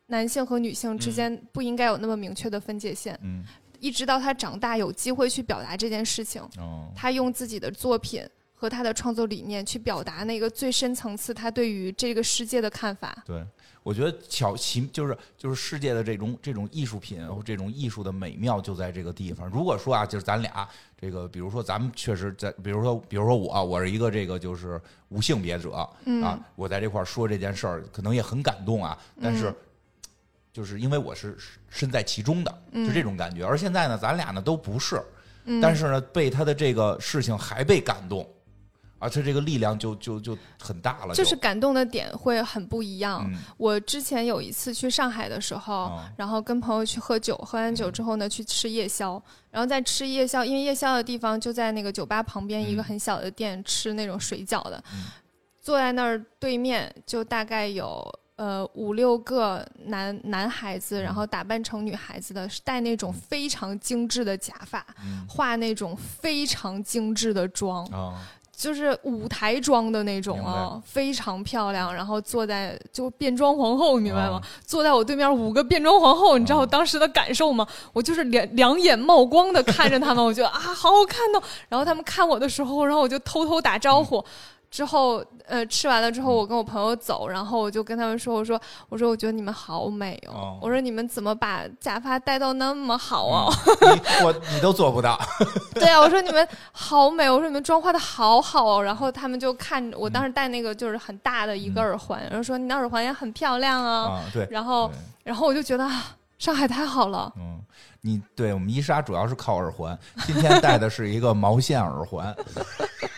S1: 男性和女性之间不应该有那么明确的分界线，
S2: 嗯，
S1: 一直到他长大有机会去表达这件事情，
S2: 哦，
S1: 他用自己的作品。和他的创作理念去表达那个最深层次他对于这个世界的看法，
S2: 对，我觉得巧奇就是就是世界的这种这种艺术品或这种艺术的美妙就在这个地方。如果说啊，就是咱俩这个，比如说咱们确实在，比如说比如说我啊，我是一个这个就是无性别者啊，我在这块儿说这件事儿，可能也很感动啊，但是。就是因为我是身在其中的，就这种感觉。而现在呢，咱俩呢都不是，但是呢，被他的这个事情还被感动，啊，他这个力量就就就很大了，
S1: 就是感动的点会很不一样。
S2: 嗯
S1: 我之前有一次去上海的时候，
S2: 哦
S1: 然后跟朋友去喝酒，喝完酒
S2: 嗯
S1: 之后呢，去吃夜宵，然后在吃夜宵，因为夜宵的地方就在那个酒吧旁边一个
S2: 嗯
S1: 很小的店，吃那种水饺的，
S2: 嗯
S1: 坐在那儿对面就大概有。呃，五六个男男孩子，
S2: 嗯
S1: 然后打扮成女孩子的，是戴那种非常精致的假发，
S2: 嗯
S1: 化那种非常精致的妆，
S2: 啊，
S1: 就是舞台妆的那种
S2: 明
S1: 啊，非常漂亮。然后坐在就变装皇后，你明白吗
S2: 啊？
S1: 坐在我对面五个变装皇后，你知道我当时的感受吗？我就是两两眼冒光的看着他们，我觉得啊，好好看哦。然后他们看我的时候，然后我就偷偷打招
S2: 嗯
S1: 呼。之后，呃，吃完了之后，我跟我朋友走，然后我就跟他们说：“我说，我说，我觉得你们好美哦！
S2: 哦嗯
S1: 我说你们怎么把假发戴到那么好啊？
S2: 你我你都做不到，
S1: 对啊，我说你们好美，我说你们妆化的好好哦。然后他们就看我当时戴那个就是很大的一个耳环，然后说你的耳环也很漂亮啊。
S2: 啊，对，
S1: 然后
S2: 对，
S1: 然后我就觉得啊，上海太好了。
S2: 嗯，你对我们伊莎主要是靠耳环，今天戴的是一个毛线耳环，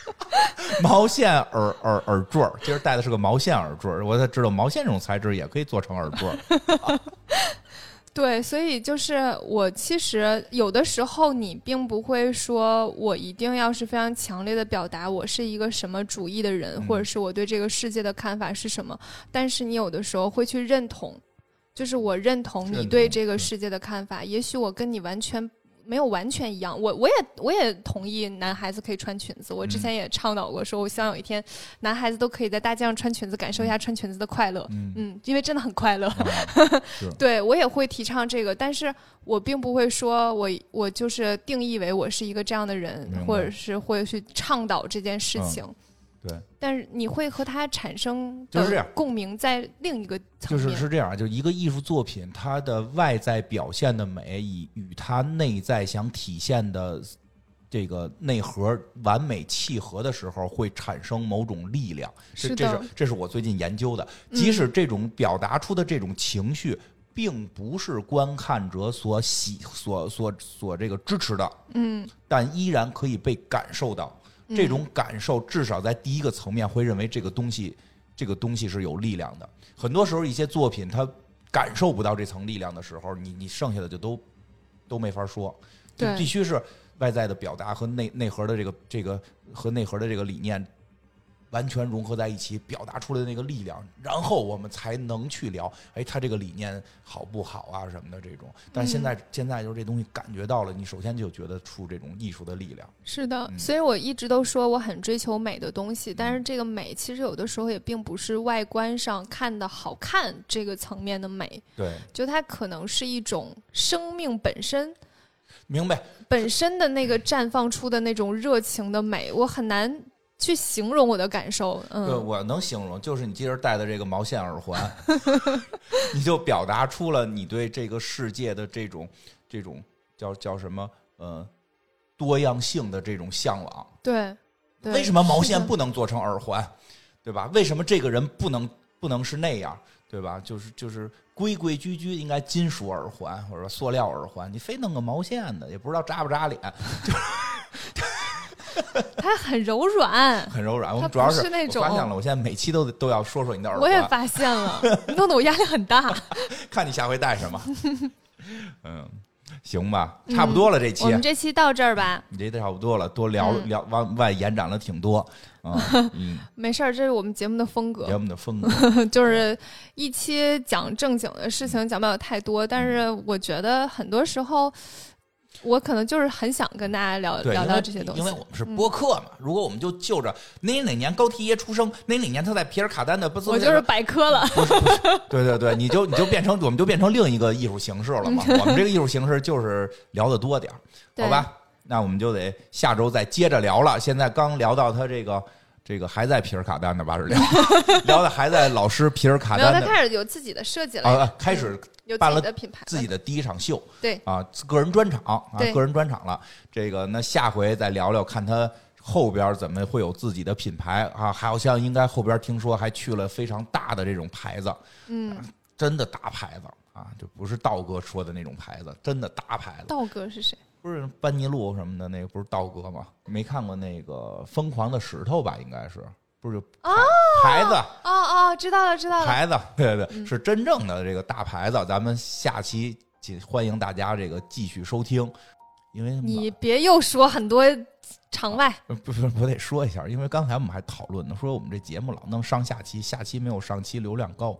S2: 毛线耳耳耳坠儿，今儿戴的是个毛线耳坠儿，我才知道毛线这种材质也可以做成耳坠儿，
S1: 对，所以就是我其实有的时候你并不会说我一定要是非常强烈的表达我是一个什么主义的人，
S2: 嗯
S1: 或者是我对这个世界的看法是什么，但是你有的时候会去认同，就是我认同
S2: 认
S1: 你
S2: 同
S1: 对这个
S2: 嗯
S1: 世界的看法，也许我跟你完全。没有完全一样，我我也我也同意男孩子可以穿裙子。我之
S2: 嗯
S1: 前也倡导过，说我希望有一天男孩子都可以在大街上穿裙子，感受一下穿裙子的快乐。
S2: 嗯。
S1: 嗯，因为真的很快乐。
S2: 啊
S1: 对我也会提倡这个，但是我并不会说我我就是定义为我是一个这样的人
S2: 明白，嗯
S1: 或者是会去倡导这件事情。
S2: 对，
S1: 但是你会和他产生
S2: 就是这
S1: 的
S2: 样
S1: 共鸣，在另一个 层
S2: 就
S1: 面。
S2: 是是这样，啊就一个艺术作品，它的外在表现的美，以与它内在想体现的这个内核完美契合的时候，会产生某种力量。这
S1: 是
S2: 这
S1: 的
S2: 是这是我最近研究的。
S1: 嗯
S2: 即使这种表达出的这种情绪，并不是观看者所喜所所所这个支持的，
S1: 嗯，
S2: 但依然可以被感受到。这种感受至少在第一个层面会认为这个东西，这个东西是有力量的。很多时候，一些作品它感受不到这层力量的时候，你你剩下的就都都没法说，就
S1: 对
S2: 必须是外在的表达和内内核的这个这个和内核的这个理念完全融合在一起，表达出来的那个力量，然后我们才能去聊，哎，他这个理念好不好啊什么的这种。但现在、现在就是这东西感觉到了，你首先就觉得出这种艺术的力量。
S1: 是的，
S2: 嗯
S1: 所以我一直都说我很追求美的东西，但是这个美其实有的时候也并不是外观上看的好看这个层面的美，
S2: 对，
S1: 就它可能是一种生命本身
S2: 明白。
S1: 本身的那个绽放出的那种热情的美，我很难去形容我的感受。
S2: 对，
S1: 嗯，
S2: 我能形容，就是你今儿戴的这个毛线耳环， 你就表达出了你对这个世界的这种这种叫叫什么呃多样性的这种向往。
S1: 对，对
S2: 为什么毛
S1: 是的
S2: 线不能做成耳环，对吧？为什么这个人不能不能是那样，对吧？就是就是规规矩矩应该金属耳环或者说塑料耳环，你非弄个毛线的，也不知道扎不扎脸，
S1: 它很柔软，
S2: 很柔软。我
S1: 它
S2: 们
S1: 不
S2: 主要
S1: 是那
S2: 我发现
S1: 种
S2: 了，我现在每期都得都要说说你的耳环。
S1: 我也发现了，弄得我压力很 大。
S2: 看你下回带 什么。嗯，行吧，差不多了这
S1: 嗯
S2: 期
S1: 我，们这期到这儿吧，
S2: 你这差不多了，多聊
S1: 嗯
S2: 聊往外延展了挺多 啊，嗯，
S1: 没事儿，这是我们节目的风
S2: 给我
S1: 格，
S2: 们的风格，
S1: 就是一期讲正经的事情讲不了太多，但是我觉得很多时候。我可能就是很想跟大家聊
S2: 对，
S1: 聊
S2: 因
S1: 聊
S2: 为
S1: 这些东西，嗯
S2: 因为我们是播客嘛，如果我们就就着哪哪年高提耶出生，哪哪年他在皮尔卡丹的，不
S1: 我就是百科了。
S2: 对对对，你就你就变成我们就变成另一个艺术形式 了嘛，
S1: 嗯
S2: 我们这个艺术形式就是聊的多点儿。
S1: 对
S2: 好吧，那我们就得下周再接着聊了。现在刚聊到他这个这个还在皮尔卡丹的吧？是聊 聊的还在老师皮尔卡
S1: 没有，他
S2: 丹的
S1: 开始有自己的设计了，
S2: 啊，开始
S1: 有自
S2: 办
S1: 己
S2: 了
S1: 的品牌了，
S2: 自己的第一场秀
S1: 对
S2: 啊，个人专场啊，
S1: 对
S2: 个人专场了。这个那下回再聊聊，看他后边怎么会有自己的品牌啊？好像应该后边听说还去了非常大的这种牌子，
S1: 嗯，
S2: 真的大牌子啊，就不是道哥说的那种牌子，真的大牌子。
S1: 道哥是谁？
S2: 不是班尼路什么的，那个不是道哥吗？没看过那个《疯狂的石头》吧？应该是不是
S1: 哦
S2: 牌子？
S1: 哦哦，知道了知道了，
S2: 牌子，对对，对，
S1: 嗯
S2: 是真正的这个大牌子。咱们下期请欢迎大家这个继续收听，因为
S1: 你别又说很多场外，
S2: 不不是我得说一下，因为刚才我们还讨论呢，说我们这节目老弄上下期，下期没有上期流量高，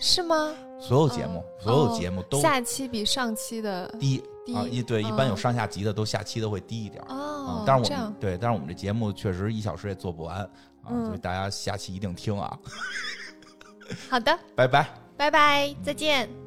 S1: 是吗？
S2: 所有节目、
S1: 哦
S2: 所有节目都
S1: 下期比上期的
S2: 低
S1: 低
S2: 啊，一对一
S1: 哦
S2: 般有上下集的都下期的会低一点儿
S1: 哦
S2: 啊，，但是
S1: 这
S2: 我
S1: 样
S2: 们对，但是我们这节目确实一小时也做不完啊，
S1: 嗯
S2: 所以大家下期一定听啊，
S1: 好的，
S2: 拜拜。
S1: 拜拜，再见。